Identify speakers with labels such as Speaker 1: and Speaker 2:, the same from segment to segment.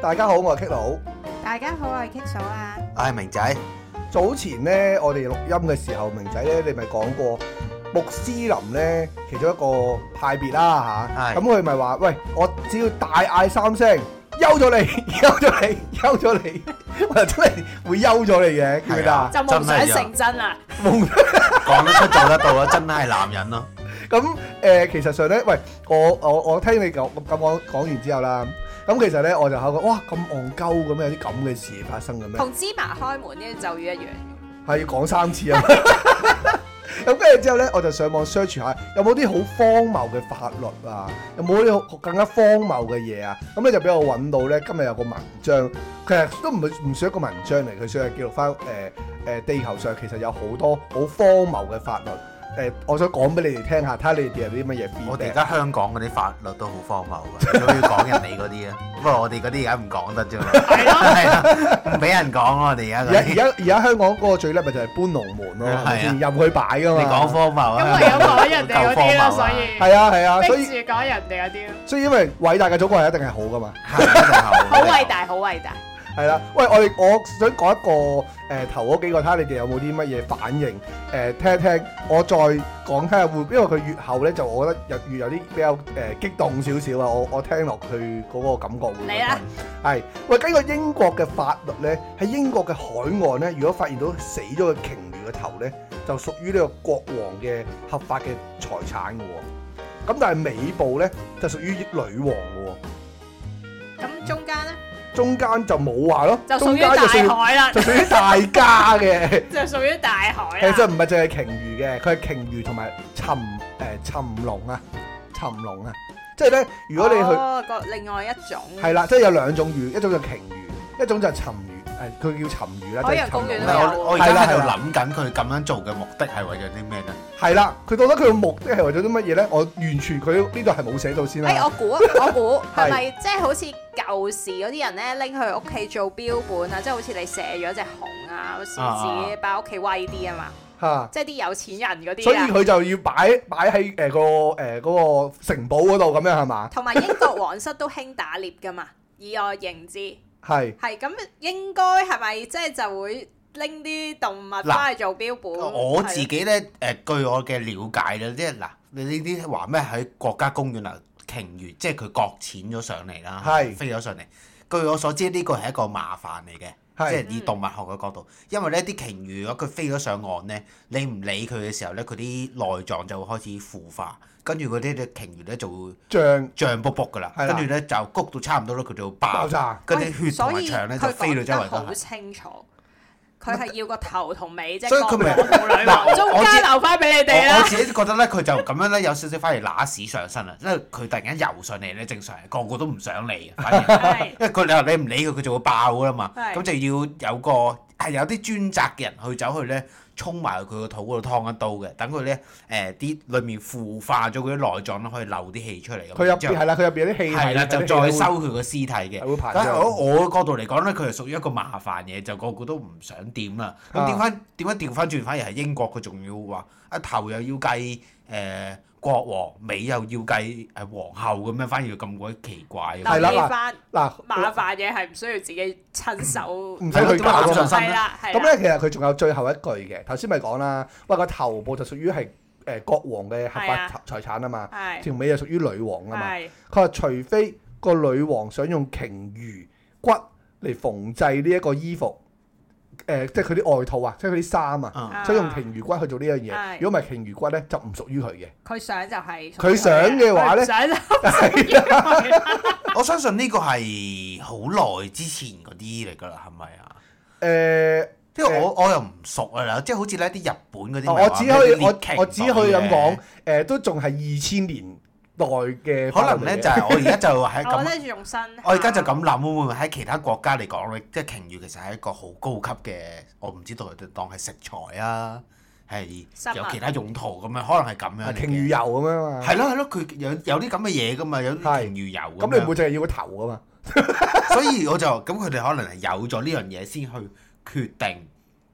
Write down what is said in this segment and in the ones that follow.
Speaker 1: 大家好，我係 K 佬。
Speaker 2: 大家好，我係 K 嫂啊。
Speaker 3: 唉，明仔，
Speaker 1: 早前呢，我哋錄音嘅時候，明仔呢，你咪講過穆斯林呢，其中一個派別啦
Speaker 3: 係
Speaker 1: 吓，咁佢咪話：喂，我只要大嗌三聲，休咗你， 休咗你，休咗你， 我就真係會休咗你嘅，記唔記得啊？
Speaker 2: 就夢
Speaker 3: 真係
Speaker 2: 想
Speaker 3: 有
Speaker 2: 成真啦。
Speaker 1: 夢
Speaker 3: 講得出做得到啊，真係男人咯。
Speaker 1: 咁誒、呃其實上咧，喂，我我我聽你講咁講講完之後啦，咁其實咧我就考覺，哇咁戇鳩咁有啲咁嘅事發生嘅咩？
Speaker 2: 同芝麻開門呢個咒語一樣。
Speaker 1: 係要講三次啊！ 咁跟住之後咧，我就上網 search 下有冇啲好荒謬嘅法律啊，有冇啲好更加荒謬嘅嘢啊？咁咧就俾我揾到咧，今日有個文章，其實都唔係唔算一個文章嚟，佢算係記錄翻誒誒地球上其實有好多好荒謬嘅法律。誒、我想講俾你哋聽下，睇下你哋有啲乜嘢 feedback。
Speaker 3: 我哋而家香港嗰啲法律都好荒謬㗎，都要講人哋嗰啲啊。不過我哋嗰啲而家唔講得啫嘛。係咯，係啊，唔俾人講咯。我哋而
Speaker 1: 而
Speaker 3: 家
Speaker 1: 家而
Speaker 3: 嗰啲，
Speaker 1: 家而家香港嗰個最叻咪就係搬龍門咯，係咪先
Speaker 3: 係啊
Speaker 1: 任佢擺噶
Speaker 3: 你
Speaker 1: 嘛。
Speaker 3: 講荒謬
Speaker 4: 咁
Speaker 3: 啊，
Speaker 4: 唯有講人哋嗰啲
Speaker 3: à.
Speaker 4: 啦，所以
Speaker 1: 係啊係啊，所以
Speaker 4: 逼住講人哋嗰啲咯。
Speaker 1: 所以因為偉大嘅祖國係一定係好噶嘛，
Speaker 2: 好
Speaker 3: 好
Speaker 2: 偉。大，好偉大。
Speaker 1: 係啦。喂，我哋我想講一個誒、呃、頭嗰幾個，睇下你哋有冇啲乜嘢反應誒、呃、聽一聽，我再講睇下會，因為佢越後咧就我覺得越越有啲比較誒、呃激動少少啊，我我聽落去嗰個感覺會唔會
Speaker 2: 嚟啊啦
Speaker 1: 係喂，根據英國嘅法律咧，喺英國嘅海岸咧，如果發現到死咗嘅鯨魚嘅頭咧，就屬於呢個國王嘅合法嘅財產嘅喎。咁但係尾部咧就屬於女王嘅
Speaker 2: 咁中間咧
Speaker 1: 喎，中間就冇話咯，
Speaker 2: 就屬
Speaker 1: 中
Speaker 2: 於
Speaker 1: 間就屬
Speaker 2: 大
Speaker 1: 於
Speaker 2: 海啦，
Speaker 1: 就屬於大家嘅，
Speaker 2: 就屬於大 海
Speaker 1: 其實
Speaker 2: 啦。
Speaker 1: 唔係淨係鯨魚嘅，佢係鯨魚同埋沉誒、沉龍啊，沉龍啊，即係咧，如果你去。
Speaker 2: 哦，個另外一種。
Speaker 1: 係啦，即係有兩種魚，一種就鯨魚，一種就係鱘魚，誒佢叫鱘魚啦，即係
Speaker 2: 海洋公
Speaker 1: 鱘
Speaker 2: 園
Speaker 1: 龍
Speaker 3: 唔
Speaker 1: 啦。
Speaker 2: 都哦有
Speaker 3: 係我我而家喺度諗緊佢咁樣做嘅目的係為咗啲咩咧？
Speaker 1: 係啦，佢覺得佢嘅目的係為咗啲乜嘢咧？我完全佢呢度係冇寫到先
Speaker 2: 誒，
Speaker 1: 啦。
Speaker 2: 哎我估啊我估
Speaker 1: 係
Speaker 2: 係咪即係好似舊時嗰啲人咧拎去屋企做標本啊？即係好似你射咗只熊啊，好似自己擺屋企威啲啊嘛，
Speaker 1: 嚇，
Speaker 2: 即係啲有錢人嗰
Speaker 1: 所以
Speaker 2: 啲啊。
Speaker 1: 佢就要擺擺喺誒個誒嗰個城堡嗰度咁樣係嘛？
Speaker 2: 同埋英國皇室都興打獵噶嘛， 以我認知。
Speaker 1: 係
Speaker 2: 係咁，應該係咪即係就會拎啲動物翻去做標本？
Speaker 3: 我
Speaker 2: 啊
Speaker 3: 自己咧，誒、據我嘅了解咧，即係嗱，你呢啲話咩喺國家公園啊，鯨魚即係佢擱淺咗上嚟啦，
Speaker 1: 係
Speaker 3: 飛咗上嚟。據我所知，呢個係一個麻煩嚟嘅，即
Speaker 1: 係
Speaker 3: 係以動物學嘅角度，因為呢啲鯨魚如果佢飛咗上岸咧，你唔理佢嘅時候咧，佢啲內臟就會開始腐化，跟住嗰啲啲鯨魚咧就會
Speaker 1: 象
Speaker 3: 脹卜卜噶啦，
Speaker 1: 係啦哦
Speaker 3: 跟住咧就谷到差唔多咧，佢就會
Speaker 1: 爆
Speaker 3: 爆，
Speaker 1: 炸。
Speaker 3: 跟啲血同埋腸咧就飛到周圍都
Speaker 2: 好
Speaker 3: 係。
Speaker 2: 清楚，佢係要個頭同尾啫。
Speaker 3: 所以佢咪
Speaker 2: 各有各女
Speaker 3: 嗱
Speaker 2: 王
Speaker 3: 我
Speaker 2: 中
Speaker 3: 我知
Speaker 2: 間留翻俾你哋
Speaker 3: 我我
Speaker 2: 啦。
Speaker 3: 自己覺得咧，佢就咁樣咧，有少少反而揦屎上身啦，啊因為佢突然間游上嚟咧，正常人個個都唔想嚟嘅，反而，
Speaker 2: 係
Speaker 3: 因為佢你話你唔理佢，佢就會爆噶啦嘛，
Speaker 2: 係
Speaker 3: 咁就要有個係有啲專責嘅人去走去咧，衝埋佢個肚嗰度劏一刀嘅，等佢咧誒啲裡面腐化咗嗰啲內臟咧，可以漏啲氣出嚟咁，
Speaker 1: 佢入
Speaker 3: 之後
Speaker 1: 邊係啦，佢入邊有啲氣體，
Speaker 3: 係啦，就
Speaker 1: 有啲氣
Speaker 3: 再
Speaker 1: 會
Speaker 3: 收佢個屍體嘅
Speaker 1: 係。會排
Speaker 3: 但係我
Speaker 1: 脹。
Speaker 3: 我嘅角度嚟講咧，佢係屬於一個麻煩嘢，就個個都唔想掂啦。咁
Speaker 1: 啊
Speaker 3: 點翻點解調翻轉，反而係英國佢仲要話啊頭又要計誒、呃、國王，尾又要計誒呃皇後咁樣，反而咁鬼奇怪。啊
Speaker 1: 係啦
Speaker 2: 留意翻
Speaker 1: 嗱，
Speaker 2: 麻煩啊嘢係唔需要自己親手。
Speaker 1: 唔使佢
Speaker 3: 點解
Speaker 1: 搞
Speaker 3: 咁上身
Speaker 2: 係
Speaker 3: 咧？
Speaker 2: 啦，係
Speaker 1: 咁
Speaker 2: 啦。
Speaker 1: 咧，其實佢仲有最後一句嘅，頭先咪講啦，喂個頭部就屬於係誒國王嘅合
Speaker 2: 係
Speaker 1: 法
Speaker 2: 啊
Speaker 1: 財財產啊嘛，
Speaker 2: 係
Speaker 1: 條尾就屬於女王啊嘛。
Speaker 2: 係
Speaker 1: 佢話除非個女王想用鯨魚骨嚟縫製呢一個衣服，誒、即係佢啲外套啊，即係佢啲衫啊，
Speaker 3: 嗯，
Speaker 2: 啊
Speaker 1: 所以用鯨魚骨去做呢樣嘢。
Speaker 2: 係
Speaker 1: 如果唔係鯨魚骨咧，就唔屬於佢嘅。
Speaker 2: 佢想就係
Speaker 1: 佢想嘅話咧
Speaker 2: 佢唔想就
Speaker 1: 係啦
Speaker 3: 我相信呢個係好耐之前嗰啲嚟㗎啦，係咪啊？
Speaker 1: 誒、
Speaker 3: 因為我我又唔熟啊啦，即係好似呢啲日本嗰啲咪
Speaker 1: 我
Speaker 3: 話
Speaker 1: 只
Speaker 3: 咩
Speaker 1: 可以
Speaker 3: 列
Speaker 1: 我
Speaker 3: 騎
Speaker 1: 我只可以咁
Speaker 3: 隊嘅
Speaker 1: 講，誒、都仲係二千年代嘅
Speaker 3: 可
Speaker 1: 法律嚟嘅。
Speaker 3: 能咧就係我而家就喺
Speaker 2: 我
Speaker 3: 咁
Speaker 2: 覺得用身。
Speaker 3: 我而家就咁諗，會唔會喺其他國家嚟講咧，即係鯨魚其實係一個好高級嘅，我唔知道佢哋當係食材啊，係
Speaker 2: 生物
Speaker 3: 有其他用途咁樣，可能係咁樣
Speaker 1: 啊
Speaker 3: 嚟
Speaker 1: 鯨魚
Speaker 3: 嘅。
Speaker 1: 油咁樣嘛。
Speaker 3: 係咯係咯，佢有有啲咁嘅嘢噶嘛，有啲
Speaker 1: 係
Speaker 3: 鯨魚油
Speaker 1: 咁你唔會
Speaker 3: 咁樣，
Speaker 1: 淨係要個頭噶嘛？
Speaker 3: 所以我就咁佢哋可能係有咗呢樣嘢先去決定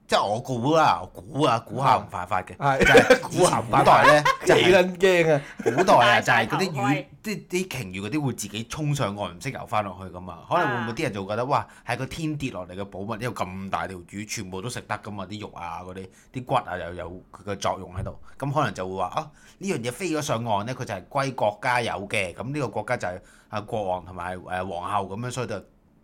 Speaker 3: 即係我估啦，我估啊，估下唔犯法嘅，
Speaker 1: 係
Speaker 3: 就係
Speaker 1: 估下唔
Speaker 3: 古
Speaker 1: 犯法
Speaker 3: 代咧，
Speaker 1: 幾
Speaker 3: 就係
Speaker 1: 撚驚啊！
Speaker 3: 古代
Speaker 4: 戴
Speaker 3: 啊，就係
Speaker 4: 晒
Speaker 3: 嗰啲
Speaker 4: 頭
Speaker 3: 魚
Speaker 4: 盔，
Speaker 3: 啲啲鯨魚嗰啲會自己衝上岸，唔識游翻落去噶嘛。可能會唔會
Speaker 4: 啊
Speaker 3: 啲人就會覺得哇，係個天跌落嚟嘅寶物，因為咁大條魚全部都食得噶嘛，啲肉啊嗰啲，啲骨啊又有佢嘅作用喺度。咁可能就會話啊，呢樣嘢飛咗上岸咧，佢就係歸國家有嘅。咁呢個國家就係啊國王同埋誒皇后咁樣，所以就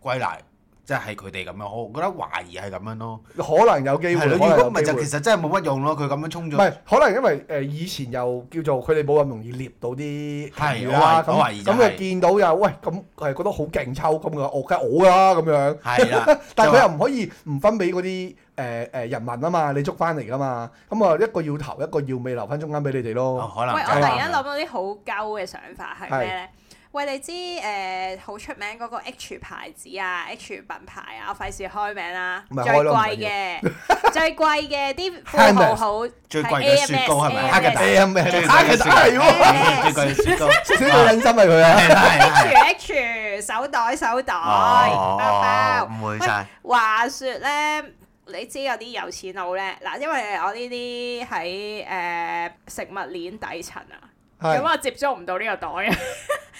Speaker 3: 歸納，即係佢哋咁樣。我覺得懷疑係咁樣咯。
Speaker 1: 可能有機
Speaker 3: 係
Speaker 1: 會，
Speaker 3: 咯，
Speaker 1: 可能有
Speaker 3: 如果唔係
Speaker 1: 機
Speaker 3: 就
Speaker 1: 會
Speaker 3: 其實真係冇乜用咯。佢咁樣衝
Speaker 1: 唔
Speaker 3: 咗。
Speaker 1: 係，可能因為誒、呃以前又叫做佢哋冇咁容易獵到啲
Speaker 3: 係
Speaker 1: 鯨魚啦，
Speaker 3: 我懷我懷
Speaker 1: 咁
Speaker 3: 疑就
Speaker 1: 咁
Speaker 3: 係
Speaker 1: 就見到又喂咁係覺得好勁抽咁嘅，我梗係我啦咁樣。，
Speaker 3: 係啦
Speaker 1: 但係佢
Speaker 3: 就
Speaker 1: 又唔可以唔分俾嗰啲誒誒人民啊嘛，你捉翻嚟噶嘛，咁啊一個要頭一個要尾，留翻中間俾你哋
Speaker 3: 話
Speaker 1: 咯。
Speaker 3: 哦可能
Speaker 2: 喂，我突
Speaker 3: 真係
Speaker 2: 然
Speaker 3: 咁
Speaker 2: 間
Speaker 3: 樣
Speaker 2: 諗到啲好鳩嘅想法係咩咧？喂，你知誒好、出名嗰個 H 牌子啊、H 品牌啊，我費事開名啦。
Speaker 1: 唔
Speaker 2: 最
Speaker 1: 係開咯
Speaker 2: 貴嘅，最貴嘅啲富
Speaker 1: Hermes
Speaker 2: 豪好
Speaker 3: 最貴嘅雪糕係咪
Speaker 2: AMS
Speaker 3: Häagen-Dazs
Speaker 1: 誒咩？
Speaker 3: 最
Speaker 1: 啊其實係喎，
Speaker 3: 最貴嘅雪糕，
Speaker 1: 死最忍心係佢啊！
Speaker 3: 係啦係啦係啦
Speaker 2: H H 手袋手袋
Speaker 1: 哦
Speaker 2: 包包。
Speaker 3: 哦唔會
Speaker 2: 喂
Speaker 3: 晒，
Speaker 2: 話說咧，你知有啲有錢佬咧，嗱，因為我呢啲喺誒食物鏈底層啊，
Speaker 4: 咁
Speaker 1: 係
Speaker 4: 我接觸唔到呢個袋啊！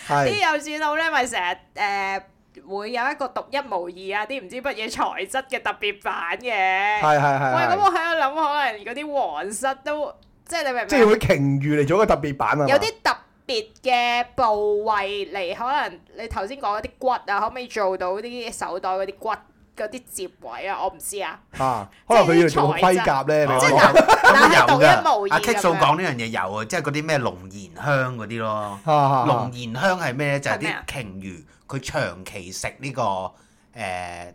Speaker 1: 係
Speaker 2: 啲有錢佬咧，咪成日誒會有一個獨一無二啊，啲唔知乜嘢材質嘅特別版嘅。
Speaker 1: 係係
Speaker 2: 喂，
Speaker 1: 係
Speaker 2: 咁
Speaker 1: 係，
Speaker 2: 我喺度諗，可能嗰啲皇室都即係你明唔
Speaker 1: 即係用
Speaker 2: 明啊？
Speaker 1: 啲鯨魚嚟做一個特別版啊嘛。
Speaker 2: 有啲特別嘅部位嚟，可能你頭先講嗰啲骨啊，可唔可以做到啲手袋嗰啲骨嗰啲接位啊？我唔知啊。
Speaker 1: 啊，可能佢要做個盔甲咧，你
Speaker 3: 即
Speaker 2: 即係
Speaker 1: 講
Speaker 2: 嗱，但係
Speaker 3: 哦
Speaker 2: 獨
Speaker 3: 有
Speaker 2: 一無
Speaker 3: 㗎。
Speaker 2: 二
Speaker 3: 阿
Speaker 2: 咁
Speaker 3: K 數
Speaker 2: 樣。
Speaker 3: 講呢樣嘢有啊，即係嗰啲咩龍涎香嗰啲咯。
Speaker 1: 啊啊啊
Speaker 3: 龍涎香係咩咧？就係
Speaker 2: 係咩
Speaker 3: 啲
Speaker 2: 啊
Speaker 3: 鯨魚佢長期食呢個誒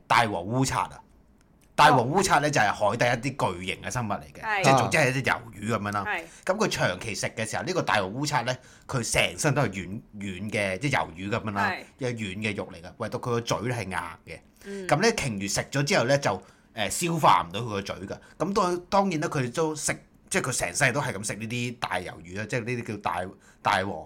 Speaker 3: 大王烏賊啊。大王烏賊咧就係海底一啲巨型嘅生物嚟嘅，
Speaker 2: 係哦
Speaker 3: 即係總之係一隻魷魚咁樣啦。
Speaker 2: 係
Speaker 3: 咁佢長期食嘅時候，呢、個大王烏賊咧，佢成身都係軟軟嘅，即係魷魚咁啊樣啦
Speaker 2: 係，
Speaker 3: 有軟嘅肉嚟嘅，唯獨佢個嘴係硬嘅。
Speaker 2: 嗯
Speaker 3: 咁咧、鯨魚食咗之後咧，就誒、消化唔到佢個嘴㗎。咁當當然啦，佢都食，即係佢成世都係咁食呢啲大魷魚啦，即係呢啲叫大大王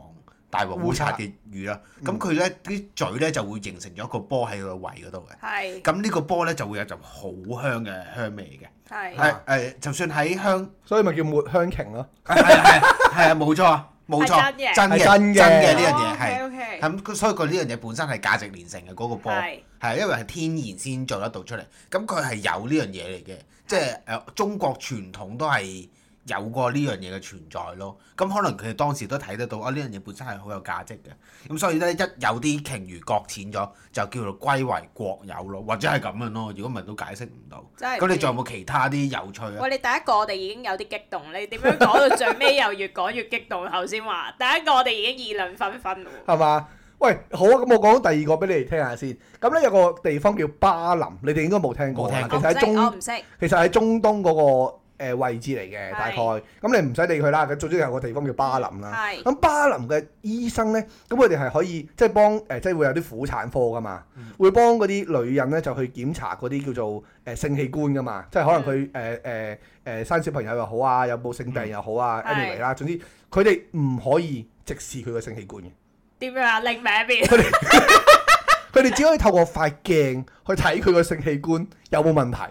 Speaker 3: 大王烏賊嘅魚啦。咁佢咧啲嘴咧就會形成咗一個波喺佢個胃嗰度嘅。
Speaker 2: 係
Speaker 3: 咁呢個波咧就會有陣好香嘅香味嘅。誒誒、
Speaker 2: 係。
Speaker 1: 啊
Speaker 3: 就算喺香
Speaker 1: 所以咪叫抹香鯨咯。
Speaker 3: 係係係啊，冇錯啊，冇錯，
Speaker 2: 係真嘅
Speaker 3: 真嘅
Speaker 1: 係真嘅
Speaker 3: 真嘅呢樣嘢係
Speaker 2: O K
Speaker 3: 咁佢，所以佢呢樣嘢本身係價值連城嘅嗰個波，
Speaker 2: 係
Speaker 3: 係因為係天然先做得到出嚟。咁佢係有呢樣嘢嚟嘅，即係誒中國傳統都係有過呢樣嘢嘅存在咯。咁可能佢哋當時都睇得到啊，呢樣嘢本身係好有價值嘅。咁所以咧，一有啲鯨魚擱淺咗，就叫做歸為國有咯，或者係咁樣咯。如果唔係都解釋唔到。
Speaker 2: 真係唔
Speaker 3: 咁你
Speaker 2: 知
Speaker 3: 仲有冇其他啲有趣啊？
Speaker 2: 喂，你第一個我哋已經有啲激動，你點樣講到最尾又越講越激動？頭先話第一個我哋已經議論紛紛喎。
Speaker 1: 係嘛？喂，好啊，咁我講第二個俾你哋聽下先。咁咧有個地方叫巴林，你哋應該冇聽過啦。
Speaker 3: 冇
Speaker 1: 其
Speaker 2: 我
Speaker 1: 實喺
Speaker 2: 唔識，我
Speaker 1: 中，
Speaker 2: 唔識。
Speaker 1: 其實喺中東嗰個呃位置嚟嘅，
Speaker 2: 係
Speaker 1: 大概。咁你唔使理佢啦，佢最主要有個地方叫巴林啦。
Speaker 2: 係
Speaker 1: 咁巴林嘅醫生咧，咁佢哋係可以即係幫誒、呃即係會有啲婦產科噶嘛，
Speaker 2: 嗯
Speaker 1: 會幫嗰啲女人咧就去檢查嗰啲叫做誒、呃性器官噶嘛，即係可能佢
Speaker 2: 嗯
Speaker 1: 誒誒誒生小朋友又好啊，有冇性病又好啊
Speaker 2: 嗯
Speaker 1: ，anyway 啦，總之佢哋唔可以直視佢嘅性器官嘅。
Speaker 2: 點樣啊？另名邊？
Speaker 1: 佢哋只可以透過塊鏡去睇佢個性器官有冇問題，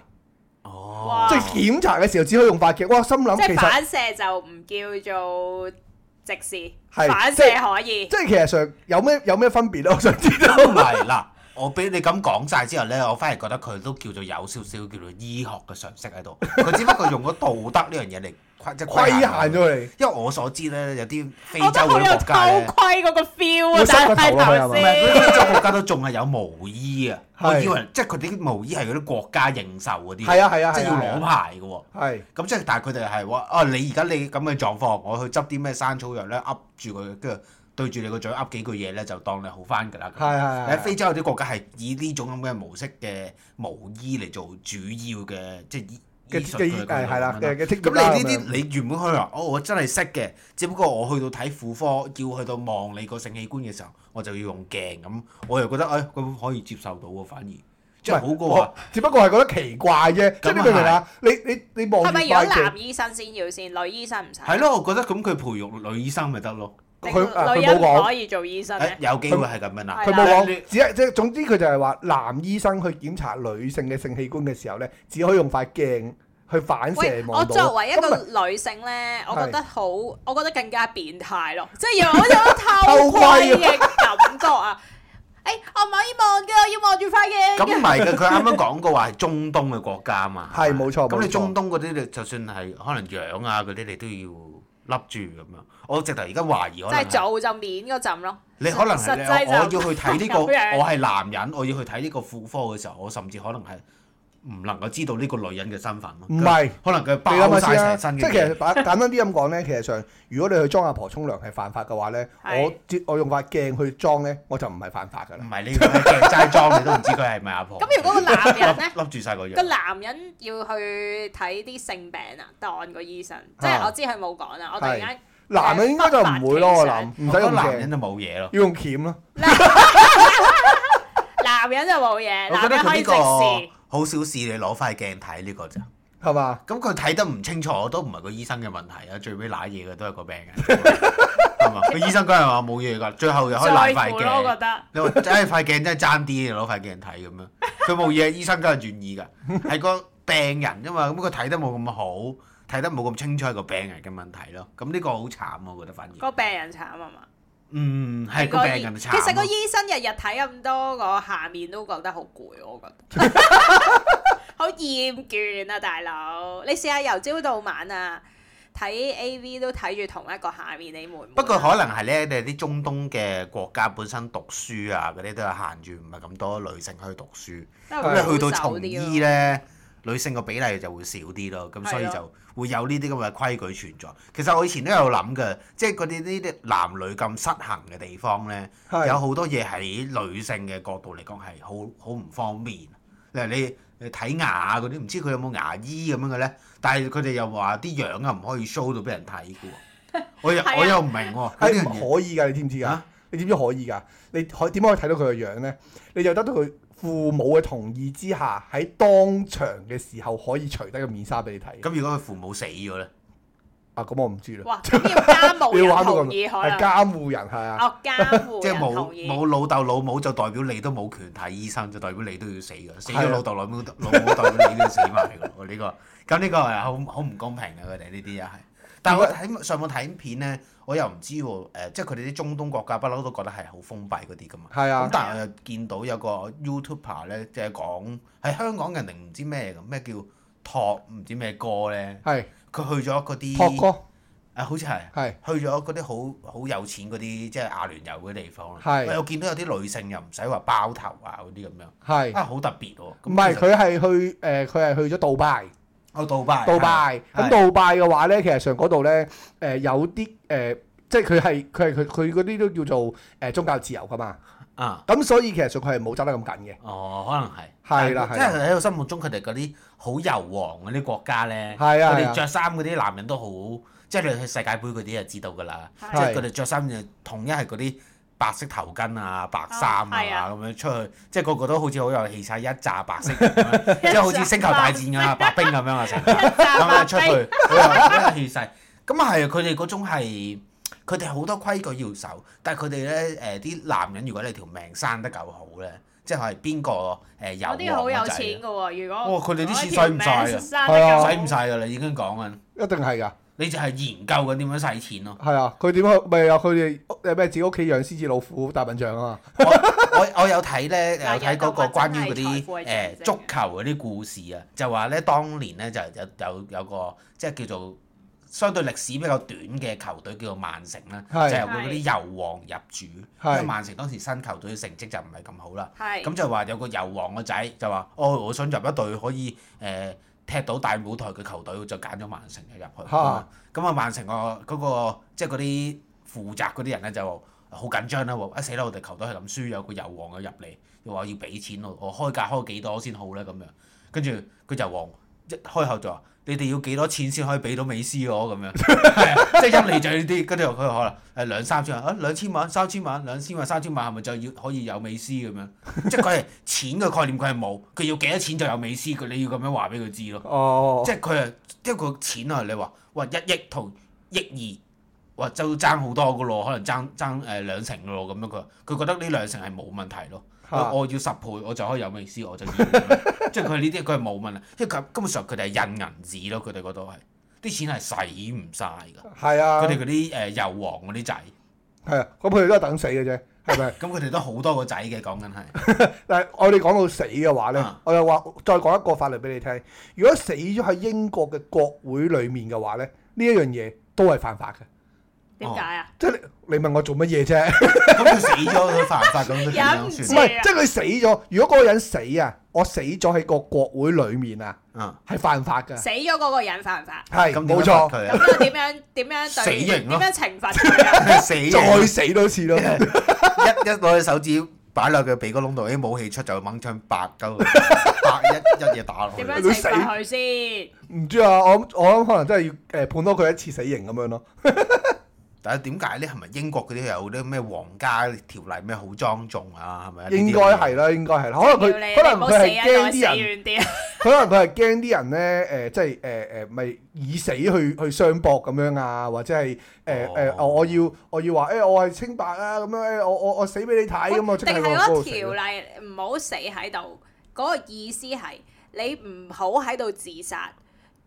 Speaker 3: 哦
Speaker 1: 即係檢查嘅時候只可以用塊鏡。哇，心諗
Speaker 2: 即
Speaker 1: 其
Speaker 2: 係
Speaker 1: 實
Speaker 2: 反射就唔叫做直視，
Speaker 1: 係
Speaker 2: 反
Speaker 1: 即
Speaker 2: 射
Speaker 1: 係
Speaker 2: 可以
Speaker 1: 即。係其實上有咩有咩分別咧？我想知 道。
Speaker 3: 都唔係嗱，我俾你咁講晒之後咧，我反而覺得佢都叫做有少少叫做醫學嘅常識 喺度，佢只不過用咗道德呢樣嘢嚟規即係
Speaker 1: 規限
Speaker 2: 啊
Speaker 1: 咗
Speaker 3: 佢。
Speaker 1: 佢
Speaker 3: 因為我所知咧，有啲非
Speaker 2: 我
Speaker 3: 洲
Speaker 2: 覺得好
Speaker 3: 嗰
Speaker 2: 有
Speaker 3: 啲國家咧
Speaker 2: 偷，窺嗰個 feel 啊！
Speaker 1: 會塞個
Speaker 2: 但
Speaker 1: 頭落去係
Speaker 2: 係
Speaker 1: 嘛
Speaker 2: 頭
Speaker 3: 唔係
Speaker 2: 先
Speaker 3: 嗰啲非洲國家都仲係有毛醫啊！我
Speaker 1: 係
Speaker 3: 以為即係佢哋啲毛醫係嗰啲國家認受嗰啲，
Speaker 1: 係啊係啊
Speaker 3: 即係要
Speaker 1: 係啊
Speaker 3: 攞牌嘅喎。
Speaker 1: 係
Speaker 3: 咁即係，但係佢哋係話啊，你而家你咁嘅狀況，我去執啲咩生草藥咧，噏住佢，跟住對住你個嘴噏幾句嘢咧，就當你好翻㗎啦。咁
Speaker 1: 係啊係係
Speaker 3: 喺非洲有啲國家係以呢種咁嘅模式嘅無醫嚟做主要嘅，即係醫
Speaker 1: 嘅
Speaker 3: 醫術
Speaker 1: 嘅
Speaker 3: 佢哋
Speaker 1: 醫誒係啦
Speaker 3: 咁
Speaker 1: 嘅
Speaker 3: 樣
Speaker 1: 嘅職業啦
Speaker 3: 咁你呢啲你原本可以話哦，我真係識嘅，只不過我去到睇婦科，要去到望你個性器官嘅時候，我就要用鏡咁，我又覺得誒咁、可以接受到喎，反而即係好過話
Speaker 1: 我哦只不過係覺得奇怪啫，即係
Speaker 3: 咁
Speaker 1: 你明唔
Speaker 3: 啊
Speaker 1: 明啊？你你你望
Speaker 2: 係
Speaker 1: 住
Speaker 2: 咪如果
Speaker 1: 塊鏡，
Speaker 2: 男醫生先要先，女醫生唔使？
Speaker 3: 係咯，我覺得咁佢培育女醫生咪得咯，
Speaker 2: 定
Speaker 1: 佢啊
Speaker 2: 女
Speaker 1: 佢冇
Speaker 2: 人唔
Speaker 1: 講
Speaker 2: 可以做醫生
Speaker 3: 誒
Speaker 2: 咧？
Speaker 3: 有機會係咁樣啦。
Speaker 1: 佢冇
Speaker 3: 你你
Speaker 1: 講，只係即係總之佢就係話男醫生去檢查女性嘅性器官嘅時候咧，只可以用塊鏡去反
Speaker 2: 喂
Speaker 1: 射，
Speaker 2: 我
Speaker 1: 望到。
Speaker 2: 作為一
Speaker 1: 咁咪
Speaker 2: 個女性咧，我覺
Speaker 1: 係
Speaker 2: 得好，我覺得更加變態咯，即係有一種偷
Speaker 1: 偷窺
Speaker 2: 窺嘅感覺啊！ 誒，我唔可以望嘅，我要望住塊
Speaker 1: 哎
Speaker 2: 鏡
Speaker 3: 咁
Speaker 2: 嘅。
Speaker 3: 唔係嘅，佢啱啱講過話係中東嘅國家嘛。
Speaker 1: 係冇錯
Speaker 3: 咁你
Speaker 1: 冇錯
Speaker 3: 中東嗰啲，你就算係可能樣啊嗰啲，你都要笠住咁樣。我直頭而家懷疑可
Speaker 2: 即係
Speaker 3: 能係
Speaker 2: 做就面嗰陣咯，
Speaker 3: 你可能
Speaker 2: 實際
Speaker 3: 係
Speaker 2: 就
Speaker 3: 我要去睇 呢個，
Speaker 2: 咁樣
Speaker 3: 我係男人，我要去睇呢個婦科嘅時候，我甚至可能係唔能夠知道呢個女人嘅身份咯。
Speaker 1: 唔係，
Speaker 3: 可能佢
Speaker 1: 你
Speaker 3: 包
Speaker 1: 諗下
Speaker 3: 晒
Speaker 1: 先啦，啊
Speaker 3: 成身
Speaker 1: 即
Speaker 3: 嘅
Speaker 1: 係其實
Speaker 3: 嘢。
Speaker 1: 簡簡單啲咁講咧，其實上如果你去裝阿婆沖涼係犯法嘅話咧，
Speaker 2: 係
Speaker 1: 我接我用塊鏡去裝咧，我就唔係犯法㗎
Speaker 3: 唔
Speaker 1: 啦。
Speaker 3: 係你佢係 齋裝，你都唔知佢係咪阿婆。
Speaker 2: 咁如果個男人 咧？
Speaker 3: 笠笠住晒個樣
Speaker 2: 個。男人要去睇啲性病啊，當個醫生，即
Speaker 3: 啊
Speaker 2: 係我知佢冇講啦。我突然間
Speaker 1: 男人應該就唔會咯，我諗唔使
Speaker 3: 我覺得
Speaker 1: 用
Speaker 3: 男人
Speaker 1: 鏡，
Speaker 3: 就冇嘢咯。
Speaker 1: 要用鉗咯。
Speaker 2: 男人就冇嘢，
Speaker 3: 我
Speaker 2: 男
Speaker 3: 覺得
Speaker 2: 人可
Speaker 3: 佢
Speaker 2: 以
Speaker 3: 呢
Speaker 2: 直視。
Speaker 3: 個好小事，你攞塊鏡睇呢個咋。
Speaker 1: 係嘛？
Speaker 3: 咁佢睇得唔清楚，都唔係個醫生嘅問題啊！最尾賴嘢嘅都係個病人， 係嘛？個醫生嗰日話冇嘢㗎，最後又可以
Speaker 2: 在
Speaker 3: 賴塊
Speaker 2: 乎咯，我
Speaker 3: 鏡
Speaker 2: 覺。得
Speaker 3: 你話真係塊鏡真係爭啲，攞塊鏡睇咁樣。佢冇嘢，醫生梗係願意 㗎，係個病人啫嘛。咁佢睇得冇咁好，睇得冇咁清楚係個病人嘅問題咯。咁呢個好慘，我覺得反而。
Speaker 2: 個病人慘啊嘛。
Speaker 3: 嗯，係個病人慘
Speaker 2: 其
Speaker 3: 咯。
Speaker 2: 實個醫生日日睇咁多個下面都覺得好攰，我覺得 好厭倦啊，大佬！你試下由朝到晚啊，睇 A V 都睇住同一個下面，你悶唔悶啊
Speaker 3: 不過可能係咧，你哋啲中東嘅國家本身讀書啊嗰啲都係限住，唔係咁多女性去讀書。
Speaker 2: 都係
Speaker 3: 咁你去到
Speaker 2: 保守
Speaker 3: 從
Speaker 2: 啲咯啊
Speaker 3: 醫咧，女性個比例就會少啲咯，咁所以
Speaker 2: 係
Speaker 3: 就會有呢啲咁嘅規矩存在。其實我以前都有諗嘅，即係嗰啲呢啲男女咁失衡嘅地方咧，有
Speaker 1: 係
Speaker 3: 好多嘢喺女性嘅角度嚟講係好好唔方便。例如你你睇牙啊嗰啲，唔知佢有冇牙醫咁樣嘅咧，但係佢哋又話啲樣啊唔可以 show 到俾人睇嘅喎。我又
Speaker 2: 係啊
Speaker 3: 我又唔明喎，嗰
Speaker 1: 係
Speaker 3: 啲
Speaker 1: 唔哎
Speaker 3: 嘢
Speaker 1: 可以㗎，你知唔知㗎
Speaker 3: 啊？
Speaker 1: 你知唔知可以㗎？你可點樣可以睇到佢個樣咧？你就得到佢父母嘅同意之下，喺當場嘅時候可以除低個面紗俾你睇。
Speaker 3: 咁如果佢父母死咗咧，
Speaker 1: 啊，咁我唔知啦。
Speaker 2: 哇！咁要家務
Speaker 1: 你要玩
Speaker 2: 人
Speaker 1: 到
Speaker 2: 同
Speaker 1: 咁，
Speaker 2: 意可能
Speaker 1: 係。監護人係啊，
Speaker 2: 哦，監護
Speaker 3: 即係
Speaker 2: 人
Speaker 3: 冇
Speaker 2: 同意，
Speaker 3: 冇老豆老母就代表你都冇權睇醫生，就代表你都要死㗎。死
Speaker 1: 係
Speaker 3: 咗
Speaker 1: 啊
Speaker 3: 老豆老母老母代表你都要死埋㗎喎。呢個咁呢個係好好唔公平啊嘅，佢哋呢啲又係。但係我
Speaker 1: 啊
Speaker 3: 睇上網睇片咧，我又唔知喎誒、即係佢哋啲中東國家不嬲都覺得係好封閉嗰啲㗎嘛。
Speaker 1: 係
Speaker 3: 咁
Speaker 1: 啊，
Speaker 3: 但係我又見到有個 YouTuber 咧，就係講係香港人定唔知咩咁，咩叫托唔知咩歌
Speaker 2: 嗯
Speaker 3: 咧？
Speaker 1: 係
Speaker 3: 佢去咗嗰啲
Speaker 1: 托哥
Speaker 3: 啊，好似係。
Speaker 1: 係
Speaker 3: 去咗嗰啲好好有錢嗰啲，即係亞聯酋嗰啲地方啦。啊
Speaker 1: 係
Speaker 3: 喂我見到有啲女性又唔使話包頭啊嗰啲咁樣，
Speaker 1: 係，
Speaker 3: 啊好特別喎。咁
Speaker 1: 唔係
Speaker 3: 其實，
Speaker 1: 佢係去誒，佢係去咗杜拜。
Speaker 3: 哦杜拜，
Speaker 1: 杜拜
Speaker 3: 係
Speaker 1: 咁杜拜嘅話咧，其實上嗰度咧，誒、有啲誒、即係佢係佢係佢佢嗰啲都叫做誒、宗教自由噶嘛。
Speaker 3: 啊，
Speaker 1: 咁所以其實上佢係冇揸得咁緊嘅。
Speaker 3: 哦可能係。
Speaker 1: 係啦
Speaker 3: 但
Speaker 1: 係啦
Speaker 3: 即係喺我心目中佢哋嗰啲好油黃嗰啲國家咧，
Speaker 1: 係啊
Speaker 3: 佢
Speaker 1: 係
Speaker 3: 哋
Speaker 1: 啊，
Speaker 3: 着衫嗰啲男人都好，即係你去世界盃嗰啲就知道㗎啦。
Speaker 2: 係
Speaker 3: 即係佢哋着衫就統一係嗰啲白色頭巾啊、白衫
Speaker 1: 哦
Speaker 2: 啊係
Speaker 3: 啊
Speaker 2: 啊
Speaker 3: 咁樣出去，即係個個都好似好有氣勢，一紮白色 咁樣，即係好似星球大戰啊、白冰咁樣啊，成
Speaker 2: 一扎
Speaker 3: 咁
Speaker 2: 白
Speaker 3: 樣出
Speaker 2: 飛
Speaker 3: 去，好有好有氣勢。咁啊係，佢哋嗰種係佢哋好多規矩要守，但係佢哋咧誒啲男人，如果你條命生得夠好咧，即係邊個誒有
Speaker 2: 嗰啲好有錢
Speaker 3: 錢
Speaker 2: 嘅喎，如
Speaker 3: 哇
Speaker 2: 果
Speaker 3: 佢哋啲錢
Speaker 2: 如果條
Speaker 3: 使唔晒
Speaker 2: 命生得
Speaker 3: 啊
Speaker 1: 係啊
Speaker 2: 夠
Speaker 3: 使唔晒㗎啦，已經講緊，
Speaker 1: 一定係噶，
Speaker 3: 你就係研究緊點樣使錢咯。
Speaker 1: 係啊。佢點去？咪有佢哋屋誒咩？自己屋企養獅子、老虎、大笨象啊嘛。
Speaker 3: 我我我有睇咧，有
Speaker 2: 嗱
Speaker 3: 睇嗰個關於嗰啲
Speaker 2: 有個真係財富係
Speaker 3: 誒
Speaker 2: 象徵
Speaker 3: 足球嗰啲故事啊，就話咧當年咧就有有有個即係叫做相對歷史比較短嘅球隊叫做曼城啦，
Speaker 1: 係
Speaker 3: 就由佢嗰啲油王入主，因
Speaker 1: 係
Speaker 3: 為曼城當時新球隊嘅成績就唔係啊咁好啦，
Speaker 2: 係
Speaker 3: 咁就話有個油王個仔就話哦，我想入一隊可以誒、呃踢到大舞台嘅球隊，就揀咗曼城就入去。
Speaker 1: 嚇
Speaker 3: 咁啊，曼城個嗰個即係嗰啲負責嗰啲人咧就好緊張啦喎！啊死啦，我哋球隊係咁輸，有個油王嘅入嚟，又話要俾錢我，我開價開幾多先好咧咁樣。跟住佢油王一開口就話：你哋要幾多錢先可以俾到美斯我咁樣？係啊，即係一嚟就係呢啲，跟住佢可能誒兩三千萬啊，兩千萬、三千萬、兩千萬、三千萬係咪就要可以有美斯咁樣？即係佢係錢嘅概念，佢係冇，佢要幾多錢就有美斯，佢你要咁樣話俾佢知咯。
Speaker 1: 哦，
Speaker 3: 即係佢係即係個錢啊！你話哇一億同億二，哇就爭好多噶咯，可能爭爭誒兩成噶咯咁樣佢話，佢覺得呢兩成係冇問題咯。
Speaker 1: 嚇
Speaker 3: 我我要十倍，我就可以有美斯，我就要咁 樣即係佢呢啲佢係冇問啊，因為佢根本上佢哋係印銀紙咯，佢哋嗰度係啲錢係使唔晒㗎，
Speaker 1: 係啊，
Speaker 3: 佢哋嗰啲誒油王嗰啲仔，
Speaker 1: 係啊，咁佢哋都係等死嘅啫，係 咪？
Speaker 3: 咁佢哋都好多個仔嘅講 緊係。
Speaker 1: 但係我哋講到死嘅話咧，
Speaker 3: 啊
Speaker 1: 我又話再講一個法律俾你聽。如果死咗喺英國嘅國會裏面嘅話咧，呢一樣嘢都係犯法嘅。
Speaker 2: 點
Speaker 3: 哦
Speaker 2: 解啊？
Speaker 1: 即係你你問我做乜嘢啫？
Speaker 3: 咁佢死咗佢犯法咁都點樣
Speaker 1: 唔
Speaker 2: 忍
Speaker 3: 算？
Speaker 1: 係
Speaker 2: 係，啊
Speaker 1: 即係佢死咗。如果嗰個人死啊，我死咗喺個國會裏面啊，
Speaker 3: 啊，
Speaker 1: 係犯法㗎。
Speaker 2: 死咗嗰個人犯唔犯？
Speaker 1: 係
Speaker 3: 咁點
Speaker 1: 冇
Speaker 3: 樣
Speaker 1: 錯
Speaker 3: 罰，佢 啊？
Speaker 2: 咁你點樣點樣對？
Speaker 3: 死刑咯
Speaker 2: 點樣懲罰佢 啊？
Speaker 3: 死
Speaker 1: 再
Speaker 3: 人
Speaker 1: 死多次咯。
Speaker 3: 一一攞隻手指擺落佢鼻哥窿度，啲武器出就掹槍白鳩佢， 白一一嘢打落去
Speaker 2: 點。
Speaker 1: 佢
Speaker 2: 樣懲
Speaker 1: 死
Speaker 2: 罰佢先？
Speaker 1: 唔知啊，我諗我諗可能真係要誒判多佢一次死刑咁樣咯。
Speaker 3: 但係點解咧？係咪英國嗰啲有啲咩皇家條例咩好莊重啊？係咪？
Speaker 1: 應該係啦，應該係啦。可能
Speaker 2: 要
Speaker 1: 佢
Speaker 2: 你
Speaker 1: 可
Speaker 2: 你
Speaker 1: 能
Speaker 2: 唔好
Speaker 1: 佢
Speaker 2: 死
Speaker 1: 係
Speaker 2: 啊！
Speaker 1: 驚
Speaker 2: 再死
Speaker 1: 啲人。
Speaker 2: 遠啲啊！
Speaker 1: 可能佢係驚啲人咧，誒、即係誒誒，咪、以死去去相搏咁樣啊，或者係誒誒，我
Speaker 3: 哦
Speaker 1: 我要我要話誒、我係清白啊，咁樣誒、我我我死俾你睇哎咁我即
Speaker 2: 定
Speaker 1: 刻喺
Speaker 2: 係
Speaker 1: 個
Speaker 2: 嗰
Speaker 1: 高
Speaker 2: 個
Speaker 1: 度死
Speaker 2: 條
Speaker 1: 咯
Speaker 2: 例唔好死喺度，嗰、個意思係你唔好喺度自殺，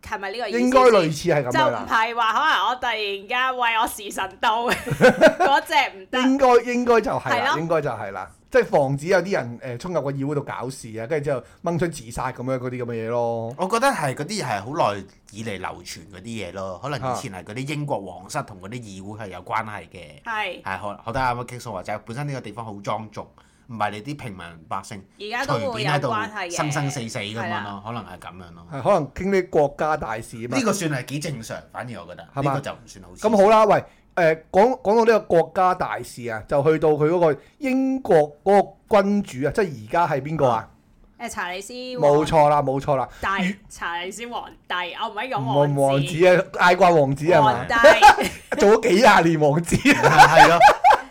Speaker 2: 係咪呢個意思先？
Speaker 1: 應該類似係咁
Speaker 2: 就
Speaker 1: 樣
Speaker 2: 唔
Speaker 1: 啦，
Speaker 2: 係話可能我突然間喂我時辰 到嗰只唔得，
Speaker 1: 應該應該就係
Speaker 2: 係
Speaker 1: 啦，
Speaker 2: 咯
Speaker 1: 應該就係啦，即係防止有啲人誒、衝入個議會度搞事啊，跟住之後掹出自殺咁樣嗰啲咁嘅嘢咯，
Speaker 3: 我覺得係嗰啲係好耐以嚟流傳嗰啲嘢咯，可能以前
Speaker 1: 啊
Speaker 3: 係嗰啲英國皇室同嗰啲議會係有關係嘅。
Speaker 2: 係
Speaker 3: 係可可得啱啱傾訴或者本身呢個地方好莊重，唔係你啲平民百姓
Speaker 2: 而家都
Speaker 3: 隨
Speaker 2: 會
Speaker 3: 便
Speaker 2: 有
Speaker 3: 喺度
Speaker 2: 關係嘅，
Speaker 3: 生生死死咁
Speaker 2: 係
Speaker 3: 樣
Speaker 2: 啦
Speaker 3: 咯，可能係咁樣咯。
Speaker 1: 係可能傾啲國家大事啊嘛
Speaker 3: 呢。個算係幾正常，反而我覺得
Speaker 1: 係
Speaker 3: 呢
Speaker 1: 嘛
Speaker 3: 個就唔算好。
Speaker 1: 咁好，啦，喂，誒、講講到呢個國家大事啊，就去到佢嗰個英國嗰個君主啊，即係而家係邊個啊？
Speaker 2: 誒查理斯
Speaker 1: 冇錯啦，冇錯啦，
Speaker 2: 皇帝，查理斯皇帝，我唔係講
Speaker 1: 王王
Speaker 2: 王
Speaker 1: 子啊，嗌慣王子係
Speaker 2: 皇
Speaker 1: 嘛？
Speaker 2: 帝
Speaker 1: 做咗幾廿年王 子，係
Speaker 3: 係咯，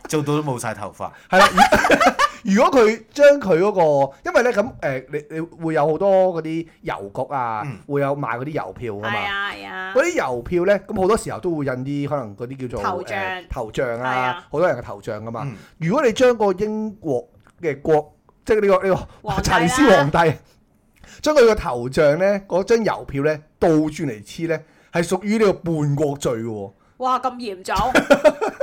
Speaker 3: 做到都冇晒頭髮，
Speaker 1: 啦。如 如果佢將佢嗰個，因為咧咁誒，你你會有好多嗰啲郵局啊
Speaker 3: 嗯，
Speaker 1: 會有賣嗰啲郵票噶
Speaker 2: 係
Speaker 1: 嘛。
Speaker 2: 啊係啊
Speaker 1: 嗰，啲郵票咧，咁好多時候都會印啲可能嗰啲叫做
Speaker 2: 頭像
Speaker 1: 誒頭像
Speaker 2: 係
Speaker 1: 啊
Speaker 2: 啊，
Speaker 1: 好多人嘅頭像噶嘛。
Speaker 3: 嗯
Speaker 1: 如果你將個英國嘅國，即係呢個呢
Speaker 2: 皇
Speaker 1: 個
Speaker 2: 帝
Speaker 1: 查
Speaker 2: 啦
Speaker 1: 理斯皇帝， 將佢個頭像咧，嗰張郵票咧倒轉嚟黐咧，係屬於呢個叛國罪嘅喎，
Speaker 2: 哇咁嚴重，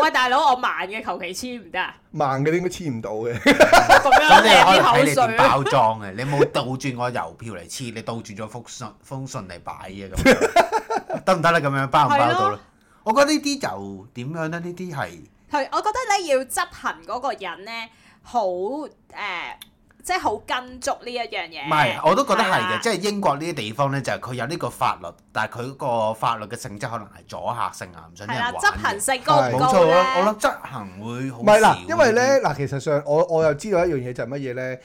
Speaker 2: 喂大佬我慢嘅求其簽唔得啊！
Speaker 1: 盲嘅應該黐唔到嘅，
Speaker 2: 咁
Speaker 3: 咁
Speaker 2: 樣
Speaker 3: 你
Speaker 2: 你有
Speaker 3: 可
Speaker 2: 啲
Speaker 3: 能睇
Speaker 2: 口
Speaker 3: 你點
Speaker 2: 水啊，
Speaker 3: 包裝嘅，你冇倒轉個郵票嚟黐，你倒轉咗封信封信嚟擺嘅咁 樣，得唔得咧？咁樣包唔包到
Speaker 2: 係
Speaker 3: 咧
Speaker 2: 咯？
Speaker 3: 我覺得呢啲又點樣咧？呢啲係
Speaker 2: 係我覺得咧要執行嗰個人咧，好誒、呃即係好跟足呢一樣嘢。
Speaker 3: 唔係，我都覺得係
Speaker 2: 啊
Speaker 3: 嘅，即係英國呢啲地方咧，就係佢有呢個法律，但係佢個法律嘅性質可能係阻嚇性啊，唔想有
Speaker 2: 係
Speaker 3: 人
Speaker 2: 啦，
Speaker 3: 玩
Speaker 2: 執行
Speaker 3: 嘅。
Speaker 2: 性高唔
Speaker 3: 冇
Speaker 2: 高
Speaker 3: 錯
Speaker 2: 咧？
Speaker 3: 啊，我諗執行會好
Speaker 1: 唔係
Speaker 3: 少
Speaker 1: 嗱，因為咧嗱，其實上我我又知道一樣嘢就係乜嘢咧？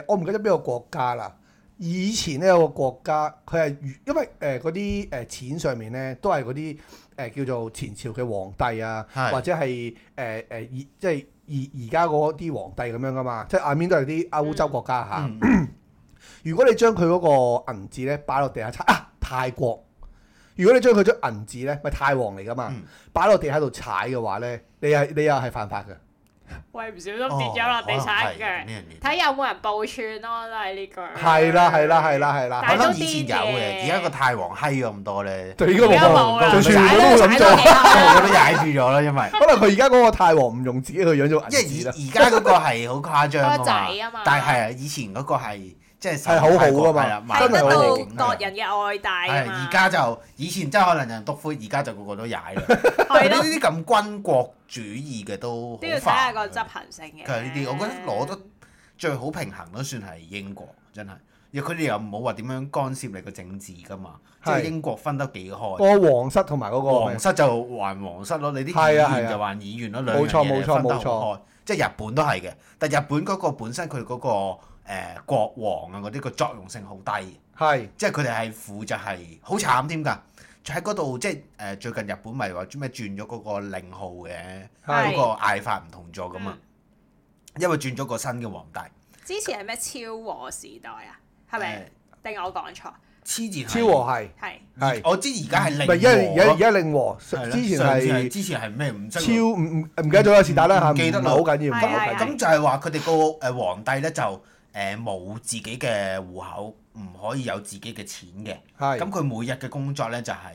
Speaker 1: 誒、我唔記得邊個國家啦。以前咧有個國家，佢係如因為誒嗰啲誒錢上面咧都係嗰啲誒叫做前朝嘅皇帝啊，
Speaker 3: 係
Speaker 1: 或者係誒誒而即係而而家嗰啲皇帝咁樣噶嘛，即係眼面都係啲歐洲國家嚇。
Speaker 3: 嗯
Speaker 1: 如果你將佢嗰個銀紙咧擺落地下踩啊，泰國。如果你將佢張銀紙咧，咪泰王嚟噶嘛
Speaker 3: 嗯，
Speaker 1: 擺落、地下度踩嘅話咧，你係你又係犯法嘅。
Speaker 2: 喂，唔小心跌
Speaker 3: 哦
Speaker 2: 咗落地產
Speaker 3: 嘅
Speaker 2: 嘅，
Speaker 3: 呢樣嘢。
Speaker 2: 睇有冇人報串咯，都係呢句。
Speaker 1: 係啦係啦係啦係啦
Speaker 2: 但
Speaker 3: 我
Speaker 2: 係都
Speaker 3: 諗
Speaker 2: 癲
Speaker 3: 以前有嘅，而家個太王閪咗咁多咧，
Speaker 1: 就應該
Speaker 2: 而家
Speaker 1: 冇
Speaker 2: 冇
Speaker 1: 可
Speaker 2: 啦，
Speaker 1: 能，就
Speaker 3: 冇
Speaker 1: 全部都會
Speaker 2: 踩
Speaker 1: 咁
Speaker 2: 到
Speaker 1: 做。
Speaker 2: 其他
Speaker 3: 我
Speaker 2: 啦
Speaker 3: 都踩住咗啦，因為
Speaker 1: 可能佢而家嗰個泰王唔用自己去養咗
Speaker 3: 因
Speaker 1: 銀紙
Speaker 3: 為
Speaker 1: 啦，
Speaker 3: 而而家嗰個係好誇 張
Speaker 2: 個
Speaker 3: 噶
Speaker 2: 仔
Speaker 3: 嘛，
Speaker 2: 啊嘛
Speaker 3: 但係係啊以前嗰個係即係
Speaker 1: 係好好㗎嘛
Speaker 3: 係啦
Speaker 2: 睇
Speaker 1: 真
Speaker 2: 得
Speaker 1: 係
Speaker 2: 到
Speaker 1: 好好
Speaker 2: 國人嘅愛戴啊
Speaker 3: 係
Speaker 2: 嘛
Speaker 3: 而。家就以前真係可能有人督灰，而家就個個都踩啦。
Speaker 2: 係
Speaker 3: 呢
Speaker 2: 咯，
Speaker 3: 啲咁軍國主義嘅都好
Speaker 2: 都要睇下
Speaker 3: 煩
Speaker 2: 個執行性嘅。嗯
Speaker 3: 佢係呢啲，我覺得攞得最好平衡都算係英國，真係。因為佢哋又唔好話點樣干涉你個政治噶嘛，即係
Speaker 1: 係
Speaker 3: 英國分得幾開。
Speaker 1: 個皇室同埋嗰個
Speaker 3: 皇室就還皇室咯，你啲議
Speaker 1: 係啊係
Speaker 3: 員
Speaker 1: 啊
Speaker 3: 就還議員咯，兩樣
Speaker 1: 冇錯
Speaker 3: 嘢
Speaker 1: 冇錯
Speaker 3: 分得
Speaker 1: 冇錯
Speaker 3: 好開。即係日本都係嘅，但日本嗰個本身佢嗰個誒國王啊嗰啲個作用性好低。
Speaker 1: 係
Speaker 3: 即係佢哋係負責係好慘添㗎，就喺嗰度即係誒、呃最近日本咪話咩轉咗嗰個令號嘅，
Speaker 1: 係
Speaker 3: 嗰個嗌法唔同咗㗎嘛，因為轉咗個新嘅皇帝，
Speaker 2: 之前係咩超和時代啊？係咪？定我講錯？
Speaker 3: 呃黐字
Speaker 1: 超和係
Speaker 2: 係
Speaker 3: 而
Speaker 1: 係，
Speaker 3: 我知而家係
Speaker 1: 唔
Speaker 3: 令
Speaker 1: 係而家而家而
Speaker 3: 家
Speaker 1: 家令和，之前係
Speaker 3: 之前係咩唔識
Speaker 1: 超唔唔唔記得咗啦，是但啦嚇，
Speaker 3: 唔記得
Speaker 1: 唔係
Speaker 3: 啦
Speaker 1: 好緊要，唔
Speaker 2: 係
Speaker 1: 係好
Speaker 2: 係
Speaker 1: 緊要
Speaker 2: 係
Speaker 3: 咁就係話佢哋個誒皇帝咧就誒冇自己嘅户口，唔可以有自己嘅錢嘅。
Speaker 1: 係
Speaker 3: 咁佢每日嘅工作咧就係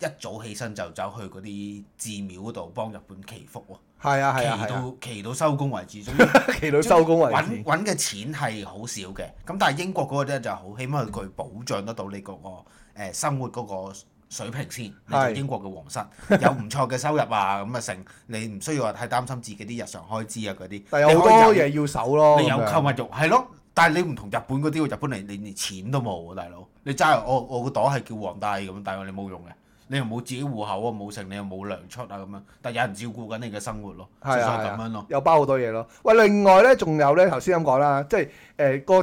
Speaker 3: 一早起身就走去嗰啲寺廟度幫日本祈福喎，
Speaker 1: 係啊係啊
Speaker 3: 祈
Speaker 1: 係啊，
Speaker 3: 到祈到收工為 止。總之
Speaker 1: 期到收工為
Speaker 3: 揾
Speaker 1: 止，
Speaker 3: 揾嘅錢係好少嘅，咁但係英國嗰個咧就好，起碼佢保障得到你嗰、個、呃、生活嗰個水平先。你做
Speaker 1: 係
Speaker 3: 英國嘅皇室 有唔錯嘅收入啊，咁啊成，你唔需要話太擔心自己啲日常開支啊嗰啲。
Speaker 1: 但有好
Speaker 3: 你
Speaker 1: 多
Speaker 3: 可以
Speaker 1: 嘢要守咯，
Speaker 3: 你有
Speaker 1: 咁樣
Speaker 3: 購物慾係咯，但係你唔同日本嗰啲喎，日本你你連錢都冇喎，大佬。你揸我我個袋係叫皇帝咁，但係你冇用嘅，你又冇自己户口啊，冇剩，你又冇糧出啊咁樣，但係有人照顧緊你嘅生活咯，就
Speaker 1: 係
Speaker 3: 係
Speaker 1: 啊，
Speaker 3: 咁樣咯。
Speaker 1: 又包好多嘢咯。喂，另外咧，仲有咧，頭先咁講啦，即係呃誒個誒誒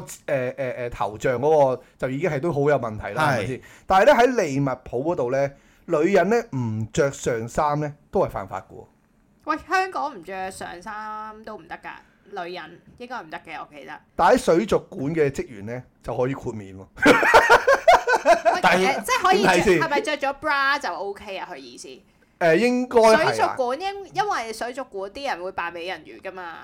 Speaker 1: 誒呃頭像嗰個就已經係都好有問題啦，係咪
Speaker 3: 係
Speaker 1: 先？但係咧喺利物浦嗰度咧，女人咧唔着上衫咧都係犯法嘅喎。
Speaker 2: 喂，香港唔着上衫都唔得㗎，女人應該唔得嘅，我記得。
Speaker 1: 但喺水族館嘅職員咧就可以豁免喎。
Speaker 2: 喂
Speaker 3: 但係
Speaker 2: 誒即係可以
Speaker 1: 點睇先
Speaker 2: 着，係咪着咗 bra 就 OK 啊？佢意思。
Speaker 1: 誒應該
Speaker 2: 水
Speaker 1: 係
Speaker 2: 族
Speaker 1: 啊。
Speaker 2: 館因因為水族館啲人會扮美人魚 㗎嘛，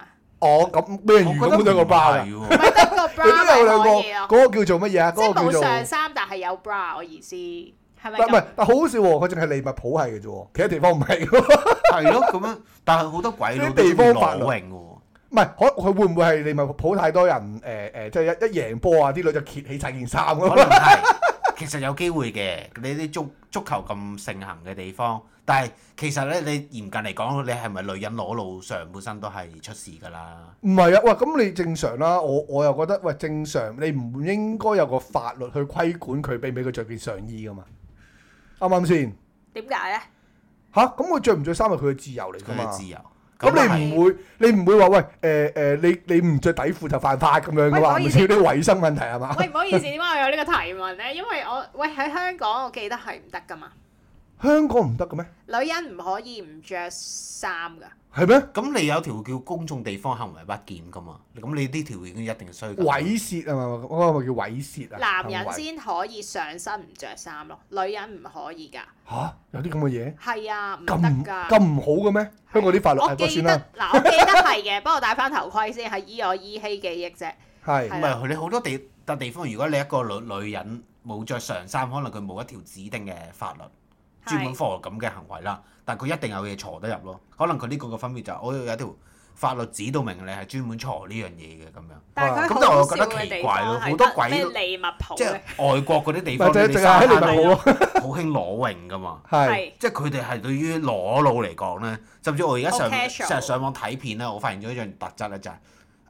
Speaker 1: 哦，咁咩魚
Speaker 3: 我覺
Speaker 1: 咁
Speaker 3: 得
Speaker 1: 兩個
Speaker 3: 唔
Speaker 1: 包啊
Speaker 3: 係？喎
Speaker 2: 咪得個
Speaker 1: 你都
Speaker 2: bra
Speaker 1: 有兩個
Speaker 2: 咪可以，
Speaker 1: 嗰
Speaker 2: 咯，
Speaker 1: 個叫做乜嘢啊？
Speaker 2: 即
Speaker 1: 嗰個
Speaker 2: 係
Speaker 1: 叫
Speaker 2: 冇
Speaker 1: 做
Speaker 2: 上衫但係有 bra，我意思係咪
Speaker 1: 唔係唔係
Speaker 2: 咁？，
Speaker 1: 但好好笑喎！佢淨係利物浦係嘅啫喎，其他地方唔係喎。
Speaker 3: 係咯，咁樣，但係好多鬼佬
Speaker 1: 呢啲
Speaker 3: 都
Speaker 1: 地方法
Speaker 3: 裸
Speaker 1: 律
Speaker 3: 泳嘅喎。
Speaker 1: 唔係，可佢會唔會係利物浦太多人誒誒、呃即係一一贏波啊，啲女就揭起晒件衫
Speaker 3: 可
Speaker 1: 咁啊
Speaker 3: 能係，其實有機會嘅。你啲足足球咁盛行嘅地方，但係其實咧，你嚴格嚟講，你係咪女人裸露上半身都係出事㗎啦？
Speaker 1: 唔係啊，喂，咁你正常啦，我我又覺得喂正常，你唔應該有個法律去規管佢，俾唔俾佢着件上衣噶嘛？啱唔啱先？
Speaker 2: 點解咧？
Speaker 1: 吓，咁佢着唔着衫係佢嘅自由嚟
Speaker 3: 佢
Speaker 1: 㗎
Speaker 3: 嘅
Speaker 1: 嘛
Speaker 3: 自？由。
Speaker 1: 啊咁
Speaker 3: 係
Speaker 1: 你唔會，你唔會話喂誒誒、呃你你唔着底褲就犯法咁樣噶
Speaker 2: 喂唔
Speaker 1: 嘛？
Speaker 2: 好
Speaker 1: 唔
Speaker 2: 意
Speaker 1: 少
Speaker 2: 思
Speaker 1: 啲衞生問題係嘛？
Speaker 2: 喂，唔好意思，點解我有呢個提問咧？因為我喂喺香港，我記得係唔得㗎嘛，
Speaker 1: 香港唔得嘅咩？
Speaker 2: 女人唔可以唔着衫㗎。
Speaker 1: 係咩？
Speaker 3: 咁你有條叫公眾地方行為不檢㗎嘛？咁你呢條已經一定衰㗎。
Speaker 1: 猥褻啊嘛，嗰個咪叫猥褻啊？
Speaker 2: 男人
Speaker 1: 行為
Speaker 2: 先可以上身唔着衫咯，女人唔可以㗎。
Speaker 1: 吓、有啲咁嘅嘢？
Speaker 2: 係啊，唔得
Speaker 1: 咁唔
Speaker 2: 㗎。
Speaker 1: 咁唔好嘅咩？香港啲法律
Speaker 2: 我
Speaker 1: 係不
Speaker 2: 記
Speaker 1: 算
Speaker 2: 得
Speaker 1: 啦，
Speaker 2: 嗱，我記得係嘅，不 過戴翻頭盔先，係依我依稀記憶啫。
Speaker 1: 係
Speaker 2: 係
Speaker 3: 唔係你好多地笪地方，如果你一個女女人冇着上衫，可能佢冇一條指定嘅法律
Speaker 2: 係
Speaker 3: 專門 for 咁嘅行為啦。但佢一定有嘢坐得入咯。可能佢呢個嘅分別就係、我有條法律指到明你係專門坐呢樣嘢嘅咁樣，
Speaker 2: 但係佢
Speaker 3: 咁但係
Speaker 2: 好
Speaker 3: 我
Speaker 2: 少
Speaker 3: 覺得
Speaker 2: 嘅地
Speaker 3: 奇怪咯
Speaker 2: 方係
Speaker 3: 好多
Speaker 2: 得
Speaker 3: 鬼
Speaker 2: 咩利物浦
Speaker 3: 即係
Speaker 2: 咧，
Speaker 3: 外國嗰啲地
Speaker 1: 咪
Speaker 3: 方，
Speaker 1: 就係
Speaker 3: 你
Speaker 1: 淨係喺利
Speaker 3: 沙灘
Speaker 1: 物浦
Speaker 3: 咧
Speaker 1: 咯，
Speaker 3: 好興裸泳噶嘛。
Speaker 1: 係
Speaker 2: 係
Speaker 3: 即係佢哋係對於裸露嚟講咧，甚至我而家上
Speaker 2: 好 casual
Speaker 3: 成日上網睇片咧，我發現咗一樣特質咧，就係、